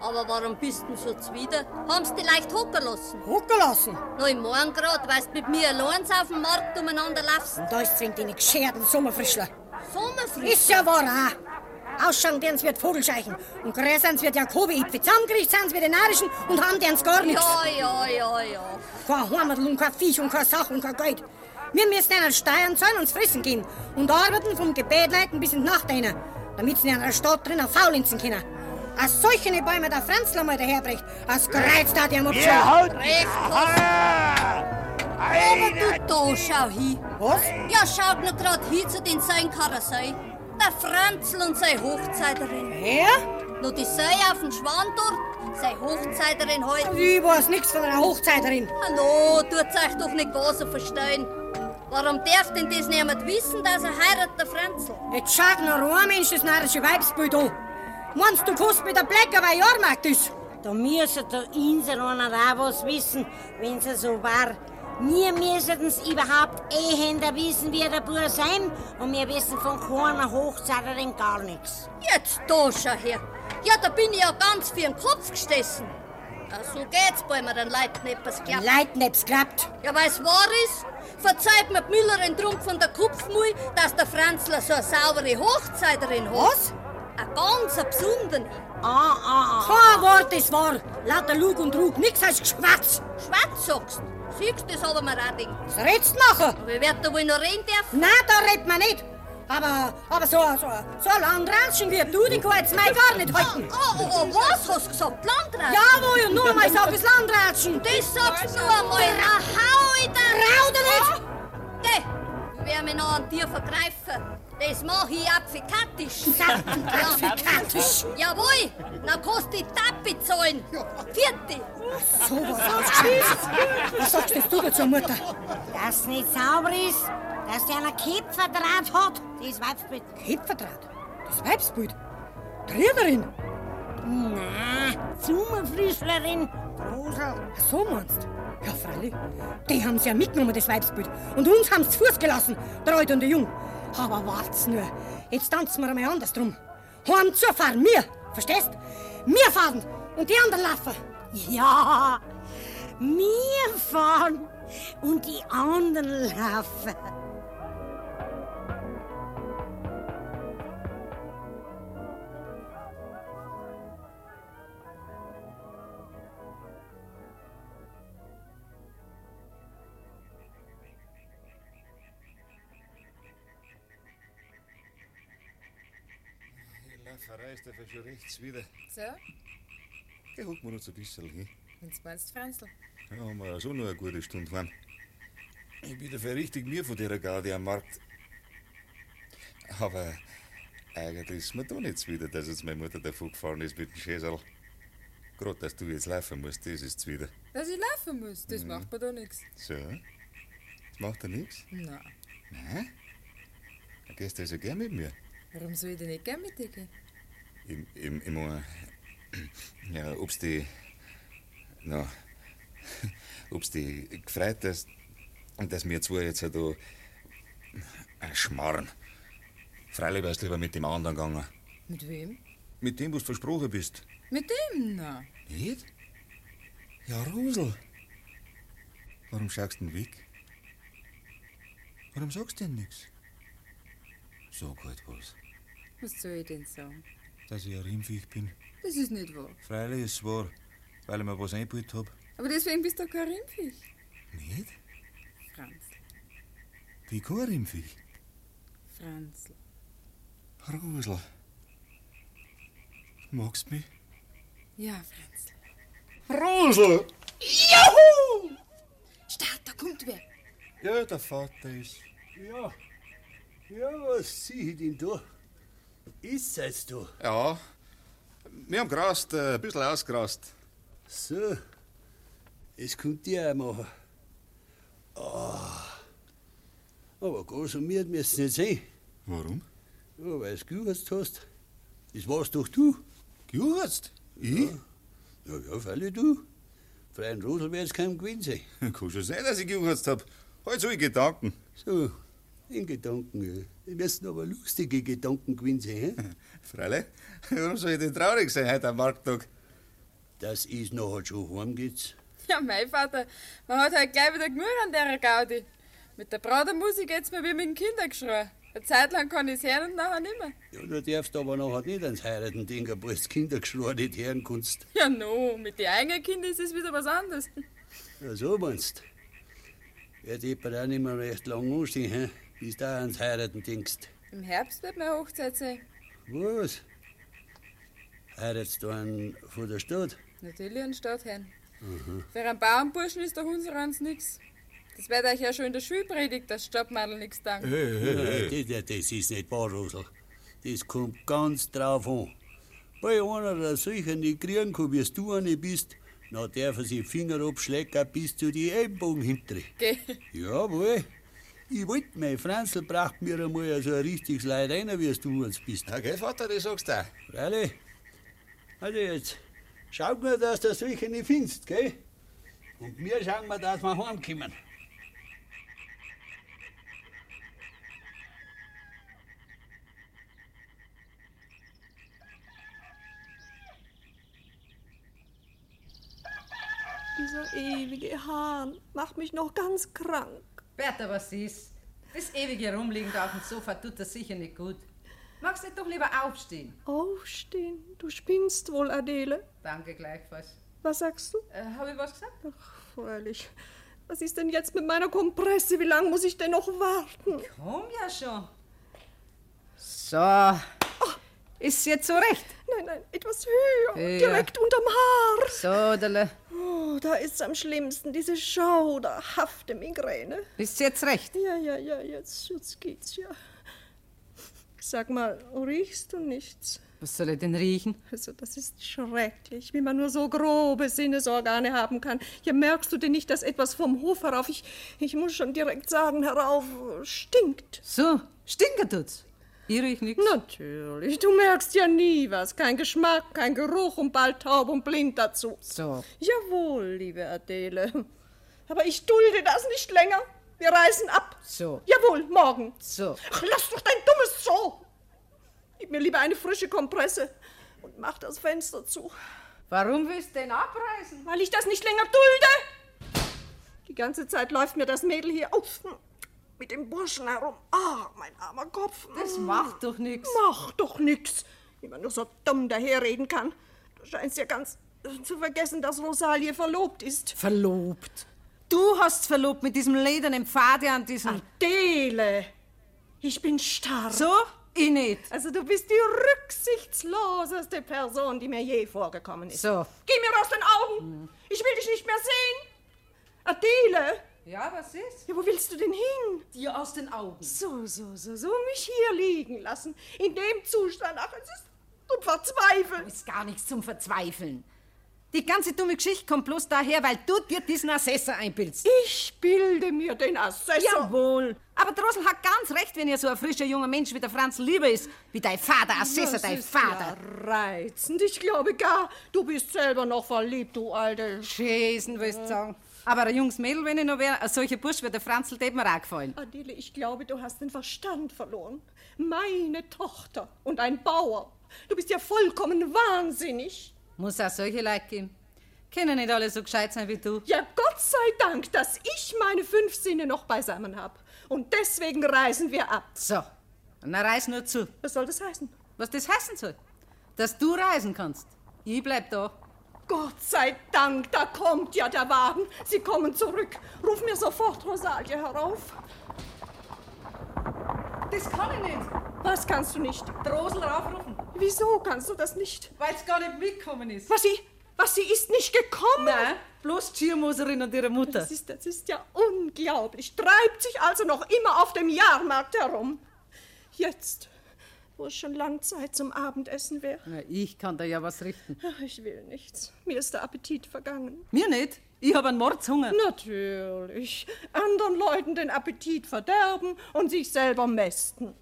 S17: Aber warum bist du so zwider? Haben sie dich leicht hocken lassen?
S3: Hocken lassen?
S17: Na, im Morgen grad, weil du mit mir allein auf dem Markt umeinander laufst.
S3: Da ist zwingend eine gescherten Sommerfrischler.
S17: Sommerfrisch.
S3: Ist ja wahr, ah. auch. Ausschauen derens wird Vogelscheichen. Und gräsens wird Jakobi-Ipfe. Zusammengerichtet sind wir den Narischen und haben derens gar nichts.
S17: Ja, ja, ja, ja.
S3: Kein Heimerl und kein Viech und keine Sache und kein Geld. Wir müssen einen Steuern zahlen und fressen gehen und arbeiten vom Gebetleiten bis in die Nacht rein, damit sie in einer Stadt drinnen faulenzen können. Aus solchen Bäume der Franzler mal daherbricht, aus Kreuz da der Mopschau.
S17: Ihr haut
S3: Recht
S17: Aber du da, schau hin. Was? Ja, schau nur grad hin zu den seinen Karussell. Der Franzl und seine Hochzeiterin.
S3: Hä?
S17: Nur die Sei auf dem Schwan dort, seine Hochzeiterin heute. Halt.
S3: Ich weiß nichts von einer Hochzeiterin.
S17: Hallo, tut's euch doch nicht was verstehen. Warum darf denn das niemand wissen, dass er heiratet, der Franzl?
S3: Jetzt schau noch ein Mensch das narrische Weibsbild an. Meinst du, kommst mit der Blecker, weil Jahrmarkt ist? Da müssen da Inseraner auch was wissen, wenn sie so war. Wir müssen es überhaupt ehender wissen, wie der Bub sein, und wir wissen von keiner Hochzeiterin gar nichts.
S17: Jetzt da schau her. Ja, da bin ich ja ganz für den Kopf gestessen. Ja, so geht's bei mir, den Leuten etwas klappt.
S3: Leuten etwas klappt?
S17: Ja, weil's wahr ist. Verzeiht mir die Müllerin drum von der Kupfmui, dass der Franzler so eine saubere Hochzeiterin hat. Was? Eine ganz eine besondere.
S3: Ah, ah, ah. Kein Wort ist wahr. Lauter Lug und Trug, nichts als Geschwätz.
S17: Schwarz sagst du. Siehst du, das haben wir auch gedacht.
S3: Was redst du nachher?
S17: Wir werden da wohl noch reden dürfen.
S3: Nein, da redet man nicht. Aber, aber so, so, so lang ratschen wie du, den kann jetzt mein gar nicht halten.
S17: Oh, oh, oh, was hast du gesagt? Landratschen?
S3: Jawohl, und nur mal sag es Landratschen.
S17: Das sagst du einmal. Der Hau in der
S3: Rau
S17: Oh.
S3: nicht.
S17: Geh, ich werde mich noch an dir vergreifen. Das mach ich apfikatisch.
S3: Apfikatisch?
S17: Jawohl, dann kannst du die Tappi zahlen. Vierte.
S3: So was ausgeschmissen. Was sagst denn du dazu, Mutter? Dass nicht sauber ist, dass der einen Kipferdraht hat, das Weibsbild. Kipferdraht? Das Weibsbild? Triererin? Na, Sommerfrischlerin. Rosel. Ach, so meinst du? Ja, freilich. Die haben's ja mitgenommen, das Weibsbild. Und uns haben's zu Fuß gelassen, der Alte und der Jung. Aber wart's nur. Jetzt tanzen wir einmal anders drum.
S21: Heim zufahren, wir. Verstehst? Wir fahren und die anderen laufen.
S3: Ja, wir fahren und die anderen laufen.
S7: Die Lafferei ist dafür schon rechts wieder.
S9: So,
S7: Geh, hock mir noch so ein bisschen hin.
S9: wenn du meinst, Franzl.
S7: Da haben wir ja schon noch eine gute Stunde heim. Ich bin dafür richtig mir von der Garde am Markt. Aber eigentlich ist mir doch nichts wieder, dass jetzt meine Mutter davon gefahren ist mit dem Schäserl. Gerade, dass du jetzt laufen musst, das ist wieder.
S9: Dass ich laufen muss, das
S7: Mhm.
S9: macht mir da nichts.
S7: So, das macht er nichts.
S9: Nein.
S7: Nein? Dann gehst du also gern mit mir.
S9: Warum soll ich denn nicht gern mit dir gehen?
S7: Im, im, immer. Ja, ob's die. Na. Ob's die gefreut, dass. dass wir zwei jetzt da. Äh, schmarren. Freilich wärst du lieber mit dem anderen gegangen.
S9: Mit wem?
S7: Mit dem, was du versprochen bist.
S9: Mit dem? Nein.
S7: Nicht? Ja, Rosel. Warum schaust du denn weg? Warum sagst du denn nichts? Sag halt was.
S9: Was soll ich denn sagen?
S7: Dass ich ein Riemviech bin.
S9: Das ist nicht wahr.
S7: Freilich ist es wahr, weil ich mir was eingebildet hab.
S9: Aber deswegen bist du kein Rindfisch.
S7: Nicht?
S9: Franzl,
S7: Wie kein Riemviech.
S9: Franzl.
S7: Rosel. Magst du mich?
S9: Ja, Franzl.
S7: Rosel!
S9: Juhu! Start, da kommt wer.
S7: Ja, der Vater ist.
S10: Ja, ja, was sehe ich denn da? Ist es da?
S7: Ja. Wir haben gerast, äh, ein bisschen ausgerast.
S10: So, das könnt ihr auch machen. Ah, Aber gar so miert müsst ihr nicht sein.
S7: Warum?
S10: Ja, weil du gejurzt hast. Das warst doch du.
S7: Gejurzt?
S10: Ich? Ja, ja, völlig du. Freien Rosel wär's kein Gewinn sein.
S7: Kann schon sein, dass ich gejurzt hab. Halt so in Gedanken.
S10: So, in Gedanken, ja. Das müssen aber lustige Gedanken gewesen sein, hä?
S7: Freilich. Warum soll ich denn traurig sein heute am Markttag?
S10: Das ist noch halt schon heimgeht's.
S9: Ja, mein Vater, man hat halt gleich wieder Gemüse an der Gaudi. Mit der Bradermusik geht's mir wie mit dem Kindergeschrei. Eine Zeit lang kann ich's hören und nachher nimmer.
S10: Ja, du darfst aber nachher nicht ans Heiraten denken, weil du Kindergeschrei nicht hören kannst.
S9: Ja, no, mit den eigenen Kindern ist es wieder was anderes.
S10: Ja, so meinst Wird jemand auch nicht mehr recht lang anstehen, hä? bis du auch ans Heiraten denkst.
S9: Im Herbst wird meine Hochzeit sein.
S10: Was? Heiratst du einen von der Stadt?
S9: Natürlich ein Stadtherrn.
S10: Mhm.
S9: Für einen Bauernburschen ist der Hunserans nix. Das wird euch ja schon in der Schule predigt, dass Stadtmadel nix dankt.
S10: Nein, Das, das ist nicht wahr, Rosel. Das kommt ganz drauf an. Bei einer, der solche nicht kriegen kann, wie du eine bist, na darf er sich Finger abschlecken bis zu die Ellenbogen hintere.
S9: Geh.
S10: Jawohl. Ich wollte, mein Franzl braucht mir einmal so ein richtiges Leid rein, wie es du uns bist.
S7: Okay, Vater, das sagst du auch.
S10: Freilich. Also jetzt, schau nur, dass du solche nicht findest, gell? Und wir schauen mal, dass wir heimkommen.
S8: Dieser ewige Hahn macht mich noch ganz krank.
S11: Bertha, was ist? Das ewige Rumliegen da auf dem Sofa tut das sicher nicht gut. Magst du doch lieber aufstehen?
S8: Aufstehen, du spinnst wohl, Adele.
S11: Danke gleichfalls.
S8: Was sagst du?
S11: Habe ich was gesagt?
S8: Ach, freilich. Was ist denn jetzt mit meiner Kompresse? Wie lange muss ich denn noch warten?
S11: Komm ja schon.
S8: So. ist jetzt so recht? Nein, nein, etwas höher.
S11: Höher.
S8: Direkt unterm Haar.
S11: So, Dele.
S8: Oh, da ist am schlimmsten diese schauderhafte Migräne.
S11: Ist jetzt recht?
S8: Ja, ja, ja, jetzt, jetzt geht's ja. Sag mal, riechst du nichts?
S11: Was soll ich denn riechen?
S8: Also, das ist schrecklich, wie man nur so grobe Sinnesorgane haben kann. Hier merkst du denn nicht, dass etwas vom Hof herauf, ich, ich muss schon direkt sagen, herauf äh, stinkt.
S11: So, stinker tut's. Ich riech nichts.
S8: Natürlich, du merkst ja nie was. Kein Geschmack, kein Geruch und bald taub und blind dazu.
S11: So.
S8: Jawohl, liebe Adele. Aber ich dulde das nicht länger. Wir reisen ab.
S11: So.
S8: Jawohl, morgen.
S11: So.
S8: Ach, lass doch dein dummes So. Gib mir lieber eine frische Kompresse und mach das Fenster zu. Warum willst du denn abreißen? Weil ich das nicht länger dulde. Die ganze Zeit läuft mir das Mädel hier auf mit dem Burschen herum. Ah, mein armer Kopf.
S11: Das macht doch nichts.
S8: Macht doch nichts. Wie man nur so dumm daherreden kann. Du scheinst ja ganz zu vergessen, dass Rosalie verlobt ist.
S11: Verlobt. Du hast verlobt mit diesem ledernen Pfade an diesem.
S8: Adele! Ich bin starr.
S11: So? Ich nicht.
S8: Also du bist die rücksichtsloseste Person, die mir je vorgekommen ist.
S11: So.
S8: Geh mir aus den Augen! Ich will dich nicht mehr sehen! Adele!
S22: Ja, was ist?
S8: Ja, wo willst du denn hin?
S22: Dir aus den Augen.
S8: So, so, so, so mich hier liegen lassen. In dem Zustand. Ach, es ist zum Verzweifeln.
S11: Ist gar nichts zum Verzweifeln. Die ganze dumme Geschichte kommt bloß daher, weil du dir diesen Assessor einbildst.
S8: Ich bilde mir den Assessor.
S11: Jawohl. Aber Drosel hat ganz recht, wenn er so ein frischer junger Mensch wie der Franz lieber ist, wie dein Vater, Assessor,
S8: Das
S11: dein
S8: ist
S11: Vater.
S8: Ja reizend. Ich glaube gar, du bist selber noch verliebt, du alte.
S11: Schäsen, willst du sagen. Aber ein junges Mädel, wenn ich noch wäre, ein solcher Bursch wie der Franzl, der mir auch gefallen.
S8: Adele, ich glaube, du hast den Verstand verloren. Meine Tochter und ein Bauer. Du bist ja vollkommen wahnsinnig.
S11: Muss auch solche Leute geben. Können nicht alle so gescheit sein wie du.
S8: Ja, Gott sei Dank, dass ich meine fünf Sinne noch beisammen habe. Und deswegen reisen wir ab.
S11: So, na reiß nur zu.
S8: Was soll das heißen?
S11: Was das heißen soll? Dass du reisen kannst. Ich bleib da.
S8: Gott sei Dank, da kommt ja der Wagen. Sie kommen zurück. Ruf mir sofort Rosalie herauf.
S22: Das kann ich nicht.
S8: Was kannst du nicht?
S22: Drosel raufrufen.
S8: Wieso kannst du das nicht?
S22: Weil es gar nicht mitgekommen ist.
S8: Was sie, was sie ist nicht gekommen.
S11: Nein, bloß die Schirmhoserin und ihre Mutter.
S8: Das ist, das ist ja unglaublich. Treibt sich also noch immer auf dem Jahrmarkt herum. Jetzt, wo es schon lang Zeit zum Abendessen wäre.
S11: Na, ich kann da ja was richten.
S8: Ach, ich will nichts. Mir ist der Appetit vergangen.
S11: Mir nicht. Ich habe einen Mordshunger.
S8: Natürlich. Anderen Leuten den Appetit verderben und sich selber mästen.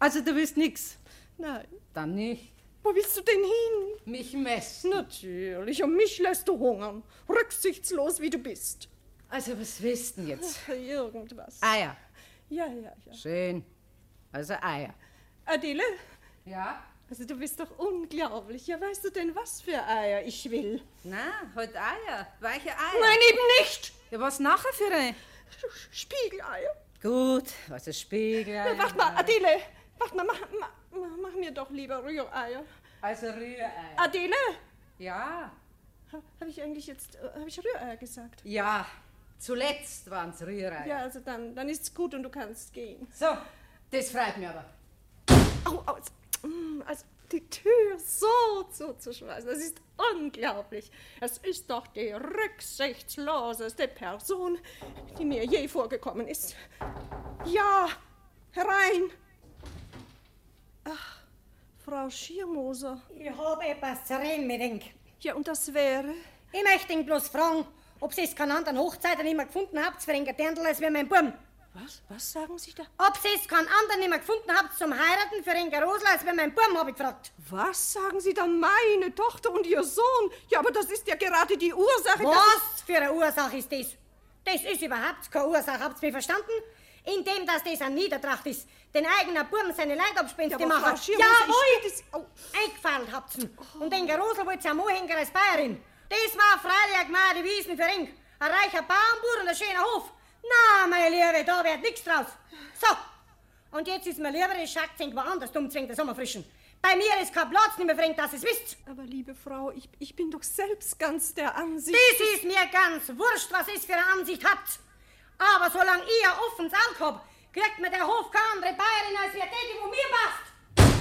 S11: Also du willst nix?
S8: Nein.
S11: Dann nicht.
S8: Wo willst du denn hin?
S11: Mich messen.
S8: Natürlich. Und mich lässt du hungern. Rücksichtslos, wie du bist.
S11: Also was willst du denn jetzt?
S8: Ach, irgendwas.
S11: Eier.
S8: Ja, ja, ja.
S11: Schön. Also Eier.
S8: Adele?
S11: Ja?
S8: Also du bist doch unglaublich. Ja, weißt du denn, was für Eier ich will?
S11: Na, heute Eier. Weiche Eier.
S8: Nein, eben nicht.
S11: Ja, was nachher für eine?
S8: Spiegeleier.
S11: Gut, was ist Spiegel?
S8: Na, warte mal, Adele. Warte mal, mach, mach, mach mir doch lieber Rühreier.
S11: Also Rührei.
S8: Adele?
S11: Ja.
S8: Habe ich eigentlich jetzt, äh, habe ich Rühreier gesagt?
S11: Ja, zuletzt waren's Rührei.
S8: Ja, also dann, dann ist's gut und du kannst gehen.
S11: So, das freut mich aber.
S8: Au, au, jetzt- mm, also die Tür so zuzuschmeißen, das ist unglaublich. Es ist doch die rücksichtsloseste Person, die mir je vorgekommen ist. Ja, herein. Ach, Frau Schirmoser.
S3: Ich habe etwas zu reden, mir denk.
S8: Ja, und das wäre?
S3: Ich möchte ihn bloß fragen, ob Sie es keinen anderen Hochzeiten nicht mehr gefunden habt für den Dirndl als wie mein Buben.
S8: Was? Was sagen Sie da?
S3: Ob Sie es keinen anderen nicht mehr gefunden habt zum Heiraten für den Rosel als wie mein Buben, habe ich gefragt.
S8: Was sagen Sie dann? Meine Tochter und ihr Sohn. Ja, aber das ist ja gerade die Ursache. dass ich-
S3: Was für eine Ursache ist das? Das ist überhaupt keine Ursache, habt ihr mich verstanden? Indem dass das eine Niedertracht ist, den eigenen Buben seine Leidabspende
S8: aber Frau
S3: machen.
S8: Schirmhofer, ich bitte
S3: Jawohl! Eingefallen habt's ihn. Und den Gerosel wollt ihr am Anhänger als Bayerin. Das war freilich gemeine Wiesen für ihn. Ein reicher Bauernbauer und ein schöner Hof. Na, meine Liebe, da wird nichts draus. So, und jetzt ist mir lieber, ich schaut sich woanders um, dumm zwingt der Sommerfrischen. Bei mir ist kein Platz nicht mehr für ihn, dass ihr's wisst.
S8: Aber liebe Frau, ich, ich bin doch selbst ganz der Ansicht.
S3: Das
S8: dass-
S3: ist mir ganz wurscht, was ihr für eine Ansicht habt. Aber solange ich ein offenes Auge hab, kriegt mir der Hof keine andere Bayerin als wir die, wo mir passt.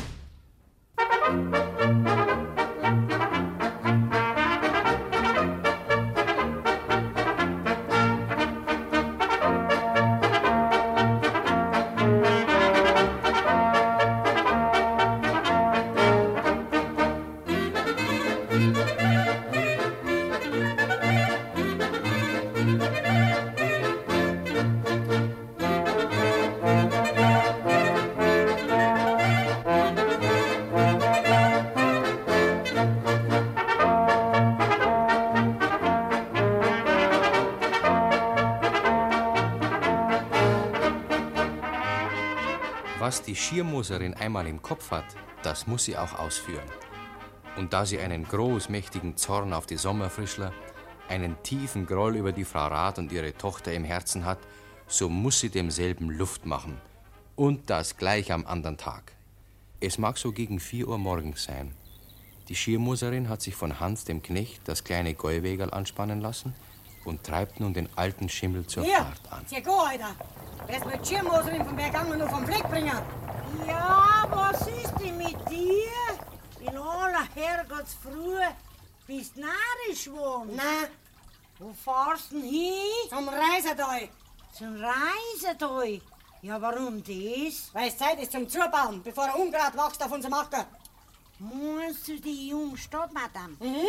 S2: Was die Schirmmoserin einmal im Kopf hat, Das muss sie auch ausführen. Und da sie einen großmächtigen Zorn auf die Sommerfrischler, einen tiefen Groll über die Frau Rath und ihre Tochter im Herzen hat, so muss sie demselben Luft machen. Und das gleich am anderen Tag. Es mag so gegen 4 Uhr morgens sein. Die Schirmmoserin hat sich von Hans dem Knecht das kleine Gäuwägerl anspannen lassen und treibt nun den alten Schimmel zur
S18: Hier,
S2: Fahrt an.
S18: Sehr gut, Alter. Das wird Schirmhoserin vom Berg an und nur vom Fleck bringen. Ja, was ist denn mit dir? In aller Herrgottsfrühe bist narrisch geworden. Nein. Wo fahrst denn hin? Zum Reisertal. Zum Reisertal? Ja, warum das? Weil es Zeit ist zum Zubauen, bevor der Ungrad wächst auf unserem Acker. Meinst du die junge Stadt, Madame? Mhm.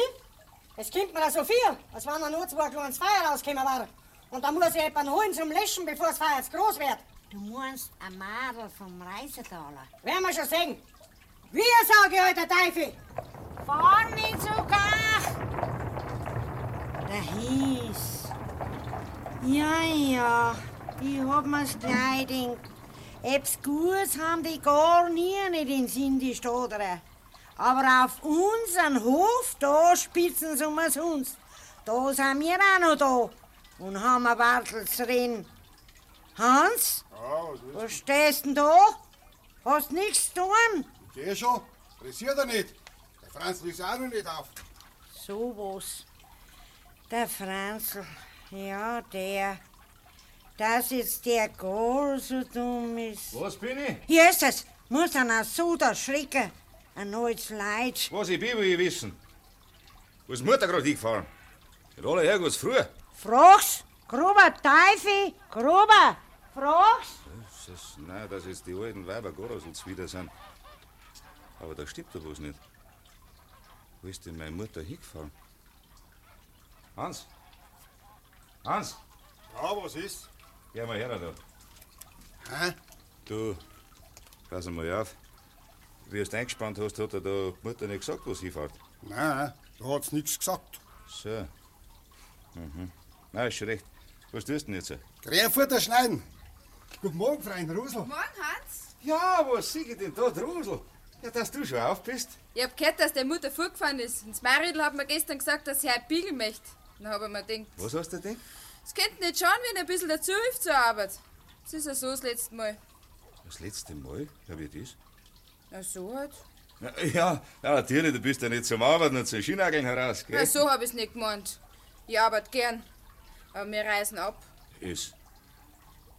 S18: Es kommt mir da so viel, als wenn da nur zwei kleines Feuer rausgekommen war. Und da muss ich jemanden holen zum Löschen, bevor das Feuer jetzt groß wird.
S3: Du meinst ein Madel vom Reisetaler.
S18: Werden wir schon sehen. Wir sage ich euch, der Teufel.
S3: Fahren nicht so gar! Der hieß. Ja, ja, ich hab mir's gleich gedacht. Eb's Gutes haben die gar nie nicht in Sinn, die Stodere. Aber auf unseren Hof, da spitzen sie um's uns. Da sind wir auch noch da und haben ein Wartel zu reden. Hans,
S7: Ah,
S3: was stehst denn da? Hast nichts zu tun?
S7: Geh schon, frisiert er nicht. Der Franzl ist auch noch nicht auf.
S3: So was. Der Franzl, ja, der. Dass jetzt der Gol so dumm ist.
S7: Was bin ich?
S3: Hier ist es. Muss an ein Suder schrecken. Ein neues Leid.
S7: Was ich bin, will ich wissen. Wo ist die Mutter gerade hingefahren? In aller Herrgotts früh.
S3: Frogs, grober Teufel, grober. Frogs?
S6: Das ist, nein, dass jetzt die alten Weiber Gorosels wieder sind. Aber da stimmt doch was nicht. Wo ist denn meine Mutter hingefahren? Hans? Hans?
S7: Ja, was ist?
S6: Geh mal her da. Hä? Du, pass mal auf. Wie du eingespannt hast, hat er da die Mutter nicht gesagt, wo sie hinfährt.
S7: Nein, da hat's nichts gesagt.
S6: So. Mhm. Na, ist schon recht. Was tust du denn jetzt?
S7: Krähenfutter schneiden. Guten Morgen, Freund Rosel.
S9: Morgen, Hans.
S7: Ja, was sieg ich denn da, Drusel? Ja, dass du schon auf bist.
S9: Ich hab gehört, dass der Mutter vorgefahren ist. Ins Maridl hat mir gestern gesagt, dass sie heute biegeln möchte. Dann hab ich mir gedacht,
S6: Was hast du denn?
S9: es könnte nicht schauen, wenn ihr ein bisschen dazu hilft zur Arbeit. Das ist ja so das letzte Mal.
S6: Das letzte Mal habe ich das.
S9: Na, so halt.
S6: Na, Ja, na, natürlich, du bist ja nicht zum Arbeiten und zum Schinageln heraus, gell?
S9: Na, so hab ich's nicht gemeint. Ich arbeite gern. Aber wir reisen ab.
S6: Ist.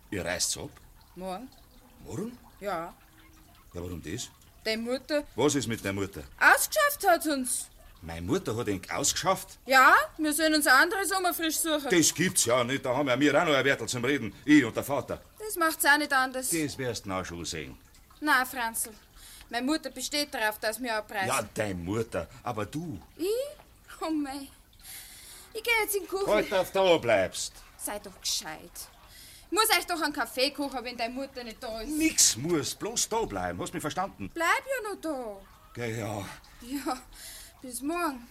S6: Ihr reist ab?
S9: Morgen?
S6: Morgen?
S9: Ja.
S6: Ja, warum das?
S9: Deine Mutter
S6: Was ist mit der Mutter?
S9: ausgeschafft hat uns.
S6: Meine Mutter hat ihn ausgeschafft.
S9: Ja, wir sollen uns eine andere Sommerfrisch suchen.
S6: Das gibt's ja nicht, da haben ja wir auch noch ein Wertel zum Reden. Ich und der Vater.
S9: Das macht's auch nicht anders.
S6: Das wirst du auch schon sehen.
S9: Nein, Franzl. Meine Mutter besteht darauf, dass wir abreisen.
S6: Ja, deine Mutter, aber du.
S9: Ich? Oh mei. Ich gehe jetzt in den Kuchen.
S6: Halt, dass du da bleibst.
S9: Sei doch gescheit. Ich muss euch doch einen Kaffee kochen, wenn deine Mutter nicht da ist.
S6: Nix muss, bloß da bleiben. Hast mich verstanden?
S9: Bleib ja noch da.
S6: Gell, ja.
S9: Ja, bis morgen.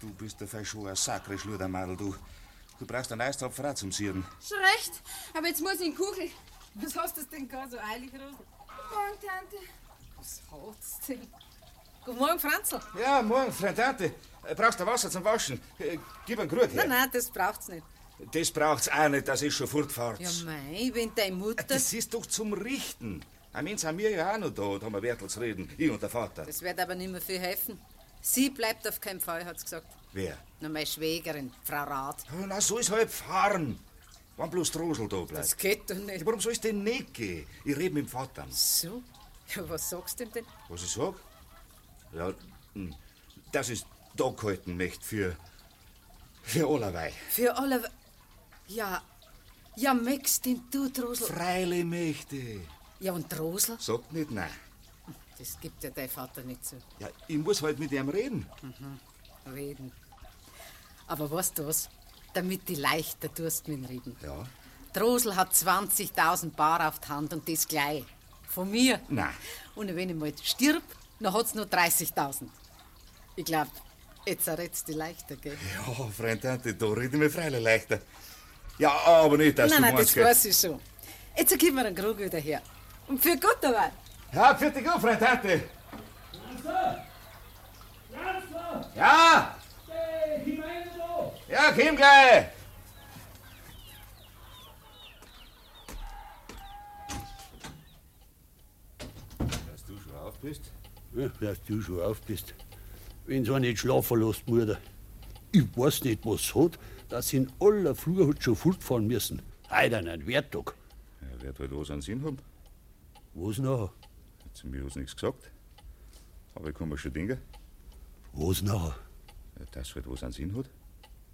S6: Du bist der schon ein sakre Schludermadel, du. Du brauchst einen Eistopf auch zum Sieren.
S9: Schon recht, aber jetzt muss ich in den Kuchen. Was hast du denn gar so eilig, Rosel? Guten Morgen, Tante.
S23: Was hat's denn? Guten Morgen, Franzl.
S6: Ja, morgen, Freund Tante. Äh, Brauchst du Wasser zum Waschen? Äh, Gib einen Krug her.
S11: Nein, nein, das braucht's nicht.
S6: Das braucht's auch nicht, das ist schon fortgefahren.
S11: Ja, mei, wenn deine Mutter.
S6: Das ist doch zum Richten. Am Ende sind wir ja auch noch da und haben ein Wertel zu reden. Ich und der Vater.
S11: Das wird aber nicht mehr viel helfen. Sie bleibt auf keinen Fall, hat's gesagt.
S6: Wer?
S11: Na, meine Schwägerin, Frau Rath.
S6: na, so ist halt fahren. Wann bloß Drosel da bleibt.
S11: Das geht doch nicht.
S6: Warum soll ich denn nicht gehen? Ich rede mit dem Vater.
S11: So? Ja, was sagst du denn?
S6: Was ich sag? Ja, hm, dass ich da gehalten möchte für. für allerlei.
S11: Für alle. Ja. Ja, möchtest denn du, Drosel?
S6: Freile möchte.
S11: Ja, und Drosel?
S6: Sagt nicht nein.
S11: Das gibt ja dein Vater nicht so.
S6: Ja, ich muss halt mit ihm reden.
S11: Mhm. Reden. Aber weißt du was? Damit die leichter durst mit dem reden.
S6: Ja.
S11: Drosel hat 20.000 Bar auf der Hand und das gleich. Von mir.
S6: Nein.
S11: Und wenn ich mal stirb, dann hat's nur 30.000. Ich glaub, jetzt errätst die leichter, gell?
S6: Ja, Oh, Freund Tante, da reden wir Freile leichter. Ja, aber nicht, dass
S11: nein,
S6: du
S11: nein,
S6: meinst,
S11: das
S6: gell?
S11: weiß ich schon. Jetzt gib mir einen Krug wieder her. Und für gut dabei.
S6: Ja, für dich auch, Freund Tante.
S1: Ja! Ja, komm gleich!
S6: Dass du schon auf bist?
S10: Ja, dass du schon auf bist. Wenn so nicht schlafen lässt, Mutter. Ich weiß nicht, was hat, dass sie in aller Früh hat schon fortfahren müssen. Heute an einen Werttag.
S6: Er wird halt was an Sinn haben.
S10: Was noch?
S6: Hat sie mir was nichts gesagt. Aber ich kann mir schon denken.
S10: Was noch?
S6: Ja, dass halt was an Sinn hat.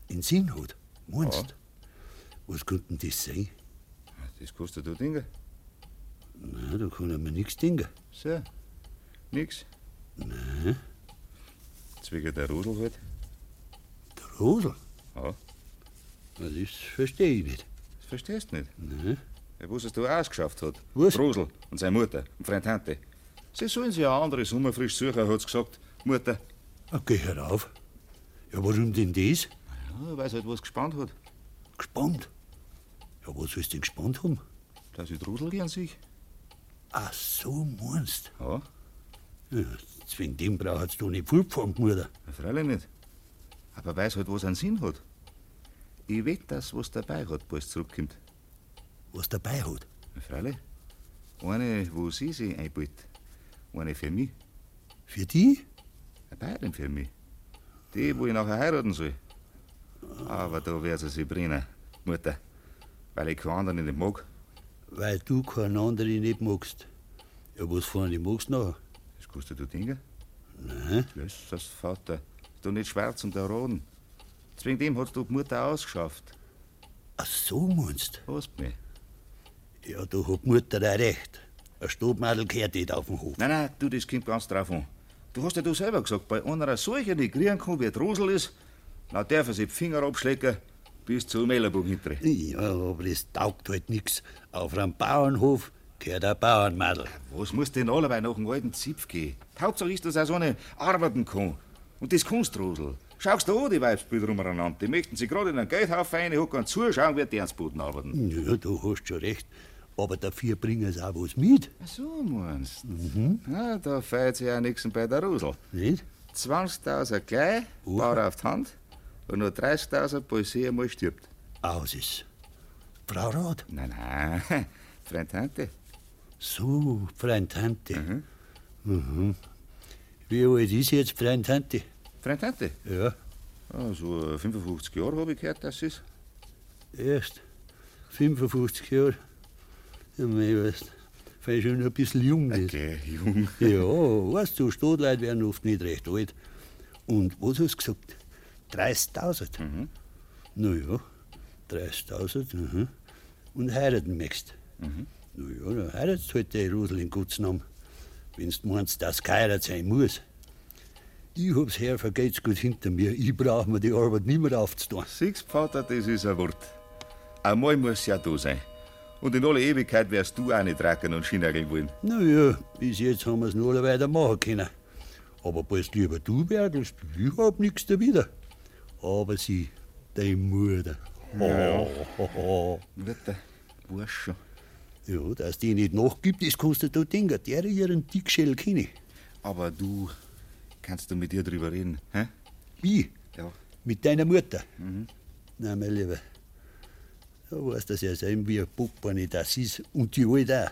S10: In Sinn hat. Meinst du? Was könnte denn das sein?
S6: Ah, Das kostet du Dinge.
S10: Na, da kann ich mir nichts denken.
S6: So. Nix.
S10: Nein.
S6: Zwecke der Rudel halt.
S10: Der Rudel?
S6: Ja.
S10: Das verstehe ich nicht.
S6: Das verstehst du nicht?
S10: Nein.
S6: Ja, was es da ausgeschafft hat.
S10: Was?
S6: Rudel und seine Mutter und Freund Tante. Sie sollen sich eine andere Summe frisch suchen, hat's gesagt. Mutter.
S10: Ah, geh herauf. Ja, warum denn das?
S6: Ja, weil sie halt was gespannt hat.
S10: Gespannt? Ja, was willst du denn gespannt haben?
S6: Dass ich Rudel gern sich.
S10: Ach so, meinst
S6: Ja.
S10: ja wegen dem brauchst du nicht fortfahren, Mutter.
S6: Freilich nicht. Aber weiß halt, was einen Sinn hat. Ich wett, dass was dabei hat, bald zurückkommt.
S10: Was dabei hat?
S6: Freilich. Eine, wo sie sich einbaut. Eine für mich.
S10: Für die?
S6: Beide für mich. Die, wo ich nachher heiraten soll. Aber da wird sie sich brennen, Mutter. Weil ich keine anderen nicht mag.
S10: Weil du keinen anderen nicht magst. Ja, was von nicht magst noch?
S6: Das kostet du Dinge.
S10: Nein.
S6: Lass das, Vater. Du nicht schwarz und der Roden. Zwing dem hat du die Mutter ausgeschafft.
S10: Ach so, meinst
S6: du? Hast mich.
S10: Ja, da hat die Mutter auch recht. Ein Stubmadel gehört nicht auf den Hof.
S6: Nein, nein, du, das kommt ganz drauf an. Du hast ja du selber gesagt, bei einer solchen, die kriegen kann, wie die Rosel ist, dann darf er sich die Finger abschlecken bis zum Mellenburg hintere.
S10: Ja, aber das taugt halt nix. Auf einem Bauernhof gehört ein Bauernmadel.
S6: Was muss denn allebei nach dem alten Zipf gehen? Die Hauptsache ist, dass er so eine arbeiten kann. Und das kannst du, Rosel. Schaust du an, die Weibsbilder umeinander. Die möchten sich gerade in einen Geldhaufen reinhocken und zuschauen, wie die ans Boden arbeiten.
S10: Ja, du hast schon recht. Aber dafür bringen sie auch was mit. Mhm.
S6: Ach so, meinst du? Ja, da feiert sich ja nichts bei der Rosel.
S10: Nicht?
S6: 20.000 gleich, baut auf die Hand und nur 30.000, bis sie einmal stirbt.
S10: Aus ist. Frau Roth?
S6: Nein, nein, Freund Tante.
S10: So, Freund Tante. Mhm. Wie alt ist jetzt Freund Tante?
S6: Freund Tante?
S10: Ja.
S6: Ja, so äh, 55 Jahre habe ich gehört, dass es ist.
S10: Erst 55 Jahre. Ja, mei, weißt weil schon ein bisschen jung ist.
S6: Okay, jung.
S10: Ja, weißt du, Stadtleute werden oft nicht recht alt. Und was hast du gesagt? 30.000? Mhm. Na ja, 30.000, mhm. Und heiraten möchtest.
S6: Mhm.
S10: Na ja, dann heiratest halt die Rudel in Gottes Namen. Wenn du meinst, dass geheiratet sein muss. Ich hab's her, vergeht's gut hinter mir. Ich brauch mir die Arbeit nicht mehr aufzutun.
S6: Six Vater, das ist ein Wort. Einmal muss ja da sein. Und in aller Ewigkeit wärst du auch nicht racken und schinageln wollen.
S10: Na ja, bis jetzt haben wir's nur weiter machen können. Aber bist lieber du bergelst, ich hab nichts dawider. Aber sie, die Mutter.
S6: Ja.
S10: Oh.
S6: Mutter, weißt schon.
S10: Ja, dass die nicht nachgibt, das kannst du da denken. Der ihren Dickschädel kenne ich.
S6: Aber du, kannst du mit dir drüber reden, hä?
S10: Wie?
S6: Ja. Mhm.
S10: Mit deiner Mutter? Na, mein Lieber, du weißt das ja selber wie ein Papa nicht das ist und die Alte auch.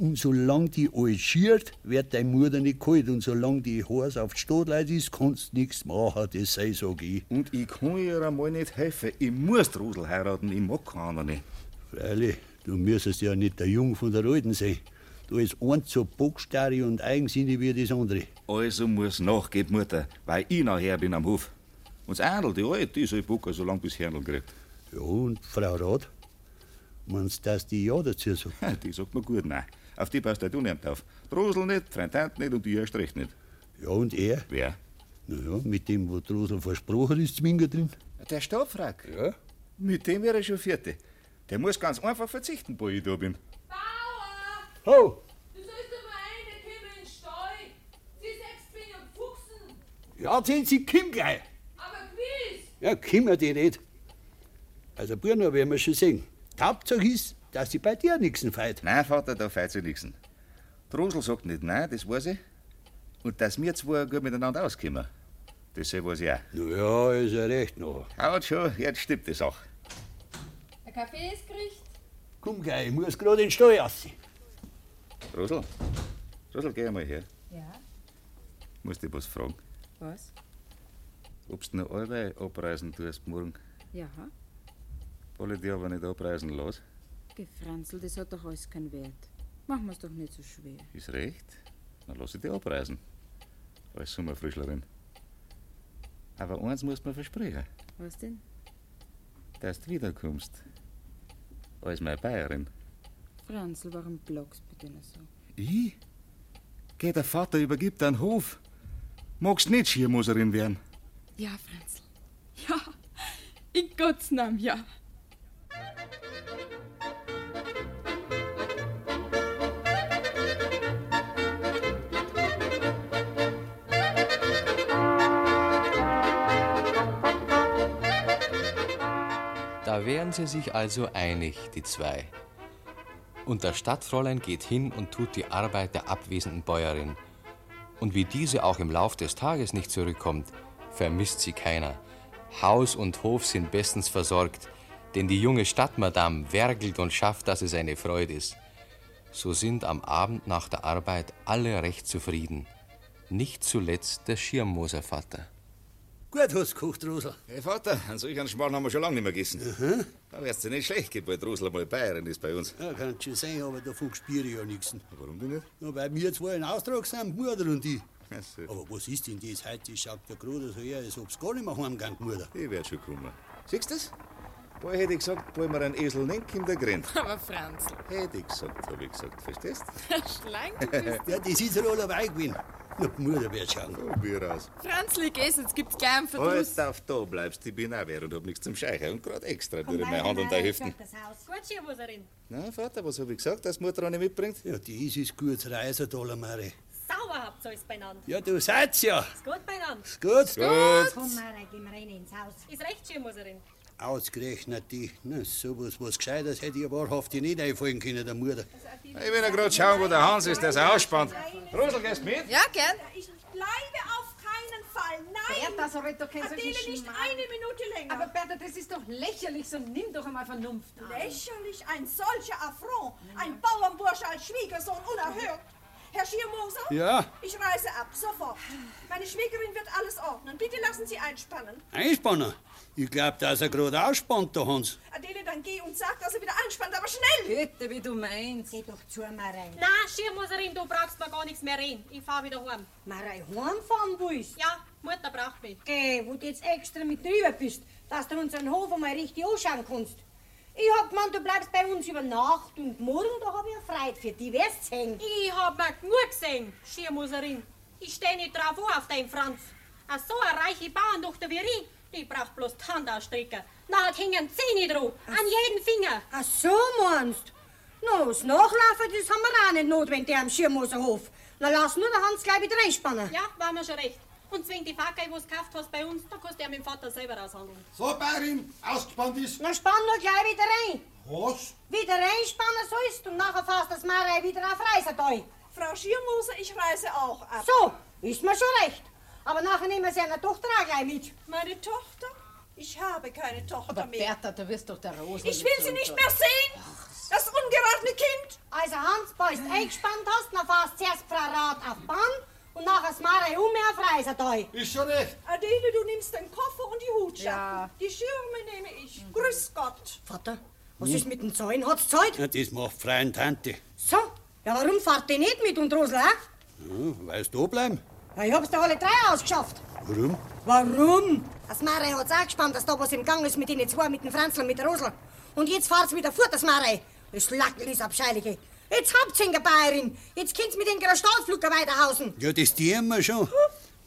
S10: Und solange die Alte schiert, wird deine Mutter nicht kalt. Und solange die Haus auf die Stadtleute ist, kannst du nichts machen, das sei so ich.
S6: Und ich kann ihr einmal nicht helfen. Ich muss die Rosel heiraten, ich mag keine andere nicht.
S10: Freilich, du müsstest ja nicht der Jung von der Alten sein. Du ist eins so bockstarrig und eigensinnig wie das andere.
S6: Also muss nachgeben, Mutter, weil ich nachher bin am Hof. Und das Erndl, die Alte, die soll bucken, solange bis Herndl kriegt.
S10: Ja, und Frau Roth? Meinst du, dass die ja dazu sagt?
S6: Die sagt mir gut, nein. Auf die passt halt unhemmt auf. Die Rosel nicht, Freund Tante nicht und ich erst recht nicht.
S10: Ja, und er?
S6: Wer?
S10: Na ja, mit dem, wo Drosel versprochen ist, Zwinger drin.
S6: Der Stabfrack? Ja. Mit dem wäre ich schon Vierte. Der muss ganz einfach verzichten, wo ich da bin.
S10: Ho!
S9: Du sollst aber eine Kimme in den Stall. Sie selbst bin am Fuchsen.
S10: Ja, sehen Sie, Kim gleich.
S9: Aber gewiss.
S10: Ja, Kim hat die nicht. Also, Bruno, werden wir schon sehen. Die Hauptsache ist, dass sie bei dir nixen feit.
S6: Nein, Vater, da feit sie nixen. Die Rosel sagt nicht nein, das weiß ich. Und dass wir zwei gut miteinander auskommen. Das soll was ja.
S10: Ja, ist ja recht noch.
S6: Haut schon, jetzt stimmt die Sache.
S24: Ein Kaffee ist gerichtet.
S10: Komm, gell, ich muss gerade in den Stall raus.
S6: Rosel, Rosel, geh einmal her.
S24: Ja.
S6: Muss dich was fragen.
S24: Was?
S6: Ob du noch eure abreisen tust morgen?
S18: Ja,
S6: Alle die aber nicht abreisen lassen.
S18: Gefranzel, das hat doch alles keinen Wert. Machen wir's doch nicht so schwer.
S6: Ist recht. Dann lass ich dich abreisen. Als Sommerfrischlerin. Aber eins musst du mir versprechen,
S18: Was denn?
S6: dass du wiederkommst. Als meine Bayerin.
S18: Franzl, warum blockst du bitte nicht so?
S25: Ich? Geh, der Vater übergibt einen Hof. Magst nicht Schirmoserin werden.
S9: Ja, Franzl. Ja, in Gottes Namen, ja.
S2: Da wären sie sich also einig, die zwei. Und das Stadtfräulein geht hin und tut die Arbeit der abwesenden Bäuerin. Und wie diese auch im Lauf des Tages nicht zurückkommt, vermisst sie keiner. Haus und Hof sind bestens versorgt, denn die junge Stadtmadame werkelt und schafft, dass es eine Freude ist. So sind am Abend nach der Arbeit alle recht zufrieden. Nicht zuletzt der Schirmmoservater.
S10: Gut hast du gekocht, Rosel. Mhm.
S6: Hey Vater, einen solchen Schmarrn haben wir schon lange nicht mehr gegessen. Da wär's dir nicht schlecht geburt, Rosel mal Bayerin ist bei uns.
S10: Ja, kann schon sein, aber davon spüre ich ja nichts.
S6: Warum denn nicht?
S10: Ja, weil wir zwei in Austrag sind, die Mutter und ich. Aber was ist denn das heute? Das schaut ja gerade so her, als ob's gar nicht mehr heimgegangen, die Mutter.
S6: Ich werd schon kommen. Siehst du das? Bald hätte ich gesagt, bald mir einen Esel nenk in der Grind.
S9: Aber Franzl.
S6: Hätte ich gesagt, habe ich gesagt. Verstehst?
S9: Schlank du bist.
S10: ja, das ist ja allerweil gewesen. Na, die Mutter wird schauen.
S6: Komm, wir raus.
S9: Franzl, ich geh's, jetzt gibt's gleich einen Verdruss.
S6: Alles darf Halt da bleibst, ich bin auch wer und hab nichts zum Scheichen. Und gerade
S18: Oh
S6: extra durch meine Hand und deine Hüften.
S18: Gut, Schirmwasserin.
S6: Na, Vater, was hab ich gesagt, dass die Mutter eine mitbringt?
S10: Ja, die ist es gut, Reisertaler Mare.
S18: Sauber habt ihr alles beieinander.
S10: Ja, du seid's ja.
S18: Ist gut beieinander.
S10: Gut.
S18: Komm, Mara, gehen wir rein ins Haus. Ist recht, Schirmwasserin.
S10: Ausgerechnet die. Na, sowas, was Gescheites hätte ich wahrhaftig nicht einfallen können, der Mutter.
S6: Ich will ja gerade schauen, wo der Hans ist, dass er ausspannt. Rosel, gehst mit?
S9: Ja, gern.
S8: Ich bleibe auf keinen Fall. Nein!
S26: Bertha, so red doch keinen
S8: Adele,
S26: solchen
S8: nicht
S26: Schmarrn.
S8: eine Minute länger.
S26: Aber Bertha, das ist doch lächerlich, so nimm doch einmal Vernunft an.
S8: Lächerlich, ein solcher Affront. Ein Bauernbursche als Schwiegersohn, unerhört. Herr Schiermoser?
S10: Ja.
S8: Ich reise ab, sofort. Meine Schwägerin wird alles ordnen. Bitte lassen Sie einspannen.
S10: Einspanner? Ich glaub, dass er gerade ausspannt, der Hans.
S8: Adele, dann geh und sag, dass er wieder einspannt, aber schnell!
S26: Bitte, wie du meinst.
S8: Geh doch zu mir rein.
S18: Na, Schirmwasserin, du brauchst mir gar nichts mehr reden. Ich fahr wieder heim.
S3: Marei, heimfahren willst?
S18: Ja, Mutter braucht mich.
S3: Geh, wo du jetzt extra mit drüber bist, dass du unseren Hof einmal richtig anschauen kannst. Ich hab gemeint, du bleibst bei uns über Nacht und morgen, da hab ich eine Freude für dich, wirst sehen.
S18: Ich hab mir genug gesehen, Schirmwasserin. Ich steh nicht drauf an auf dein Franz. A so eine reiche Bauerntochter wie ich, die braucht bloß die Hand ausstrecken. Na, hat hängen Zähne drauf, an jeden Finger.
S3: Ach so, meinst Na, das Nachlaufen, das haben wir auch nicht notwendig am Schirmhoserhof. Na, lass nur den Hans gleich wieder reinspannen.
S18: Ja, war mir schon recht. Und zwing die Fahrgei, wo du gekauft hast bei uns, da kannst du ja mit dem Vater selber aushandeln.
S27: So, Bayerin, ausgespannt ist.
S3: Na, spann doch gleich wieder rein.
S27: Was?
S3: Wieder reinspannen sollst und nachher fährst das Marei wieder auf Reisertal.
S8: Frau Schiermoser, ich reise auch ab.
S3: So, ist mir schon recht. Aber nachher nehmen wir seine Tochter auch gleich mit.
S8: Meine Tochter? Ich habe keine Tochter
S11: Aber
S8: mehr.
S11: Bertha, du wirst doch der Rosa.
S8: Ich will sie nicht mehr sehen! Das ungeratene Kind!
S3: Also Hans, bist eingespannt hast, dann fährst zuerst Frau Rat auf Bann und nachher das Marei um mehr auf Reisertal.
S27: Ist schon recht.
S8: Adele, du nimmst den Koffer und die Hutschatten. Die Schirme nehme ich. Grüß Gott.
S3: Vater, was ist mit dem Zäun? Hat's Zeit?
S10: Ja, das macht Freien Tante.
S3: So, ja warum fahrt ihr nicht mit und Rosel auch?
S10: Ja, weißt du, da bleiben?
S3: Ja, ich hab's da alle drei ausgeschafft.
S10: Warum?
S3: Warum? Das Marei hat's auch gespannt, dass da was im Gang ist mit den zwei, mit dem Franzl und mit der Rosel. Und jetzt fahrt's wieder fort, das Marei. Das Lackel ist abscheilige. Jetzt habt's ihn, Bayerin. Jetzt könnt's mit den Stahlflucker weiterhausen.
S10: Ja, das tun wir schon.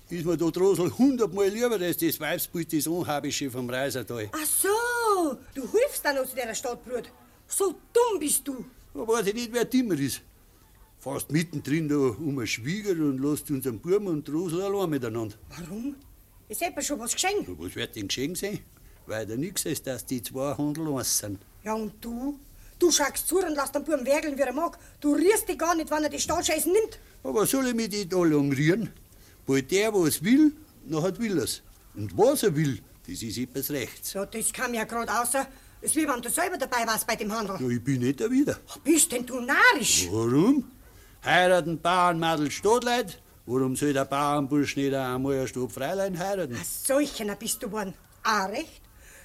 S10: Ist mir da Drosel hundertmal lieber, als das Weibsbild, das Unheibische vom Reisertal.
S3: Ach so, du hilfst dann aus der Stadt, Bruder. So dumm bist du.
S10: Da weiß ich nicht, wer dümmer ist. Fast mittendrin da um einen Schwieger und lässt unseren Buben und Drosel allein miteinander.
S3: Warum? Ist etwa schon was geschenkt.
S10: Ja, was wird denn geschehen sein? Weil da nichts ist, dass die zwei Handel eins sind.
S3: Ja, und du? Du schaust zu und lässt den Buben werkeln, wie er mag. Du rührst dich gar nicht, wenn er die Stahlscheiße nimmt.
S10: Aber soll ich mich nicht alle umrühren? Weil der, was will, nachher will er's. Und was er will, das ist etwas Rechts.
S3: Ja, das kam ja gerade außer, es wie wenn du selber dabei warst bei dem Handel.
S10: Ja, ich bin nicht der Wider.
S3: Bist denn du narrisch?
S10: Warum? Heiraten Bauernmadel Stadtleit? Warum soll der Bauernbursch nicht auch einmal ein Stub Freilein heiraten?
S3: Solchener bist du geworden. Ah, recht.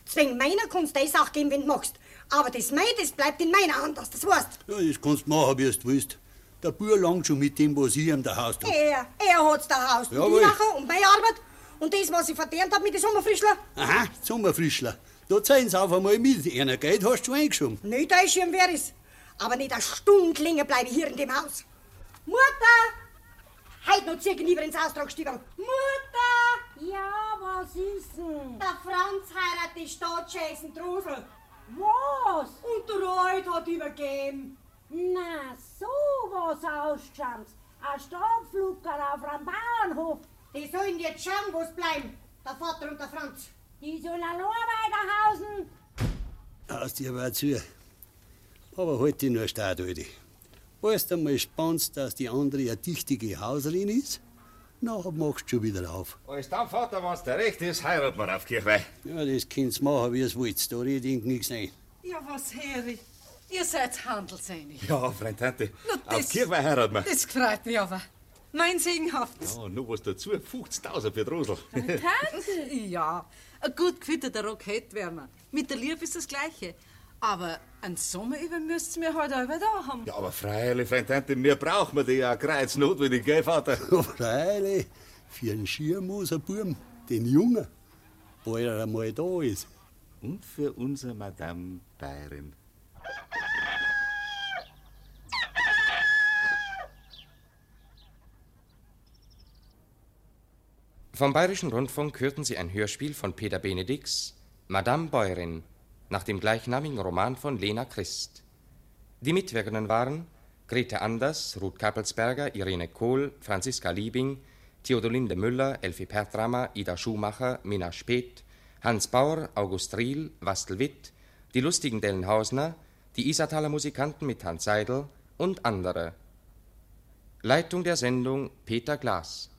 S3: Zwing meiner kannst du das auch geben, wenn du magst. Aber das Mein, das bleibt in meiner Hand, dass das weißt.
S10: Ja, das kannst du machen, wie du willst. Der Bauer langt schon mit dem, was ich ihm da Haus tue.
S3: Er, er hat's da Haus. Und
S10: Jawohl.
S3: die Sache und meine Arbeit und das, was ich verdient hab mit den Sommerfrischler.
S10: Aha, Sommerfrischler. Da zeigen sie auf einmal mit. Einer Geld hast du schon eingeschoben.
S3: Nicht ein Schirm wär es. Aber nicht eine Stunde länger bleibe ich hier in dem Haus. Mutter! Heute noch zieh ich lieber ins Austragstüberl. Mutter! Ja, was ist denn? Der Franz heiratet die Stadtschäsen Drusel. Was? Und der Reut hat übergeben.
S4: Na, sowas ausschaut. Ein Stabflucker auf einem Bauernhof.
S3: Die sollen jetzt schauen, wo's bleiben. Der Vater und der Franz.
S4: Die sollen allein weiterhausen.
S10: Aus dir war zu. Aber halt dich nur stark, Aldi. Erst einmal spannst, dass die andere eine dichtige Hauserin ist, nachher machst du schon wieder auf.
S6: Alles dann, Vater, wenn's der Recht ist, heiraten wir auf Kirchweih.
S10: Ja, das könnt's machen, wie es wollt. Da red ich nichts ein.
S11: Ja, was, Heri? Ihr seid handelseinig.
S6: Ja, Freund Tante,
S11: Na,
S6: auf
S11: das-
S6: Kirchweih heiraten wir.
S11: Das freut mich aber. Mein Segen haft's.
S6: Ja, nur was dazu, 50.000 für die Rosel.
S11: Tante? Ja, ein gut gewitterter Rockett wären wir. Mit der Liebe ist das Gleiche. Aber einen Sommer über müsst ihr mir heute halt da haben.
S6: Ja, aber freilich, Freund Tante, mir brauchen wir die ja kreuz notwendig, gell, Vater?
S10: Freilich, für einen Schirmmoser Burm, den Jungen, bald er einmal da ist.
S6: Und für unsere Madame Bayern.
S28: Vom Bayerischen Rundfunk hörten Sie ein Hörspiel von Peter Benedix, Madame Bäuerin, nach dem gleichnamigen Roman von Lena Christ. Die Mitwirkenden waren Grete Anders, Ruth Kappelsberger, Irene Kohl, Franziska Liebing, Theodolinde Müller, Elfie Pertramer, Ida Schumacher, Minna Speth, Hans Bauer, August Riel, Wastel Witt, die lustigen Dellenhausner, die Isartaler Musikanten mit Hans Seidel und andere. Leitung der Sendung Peter Glas.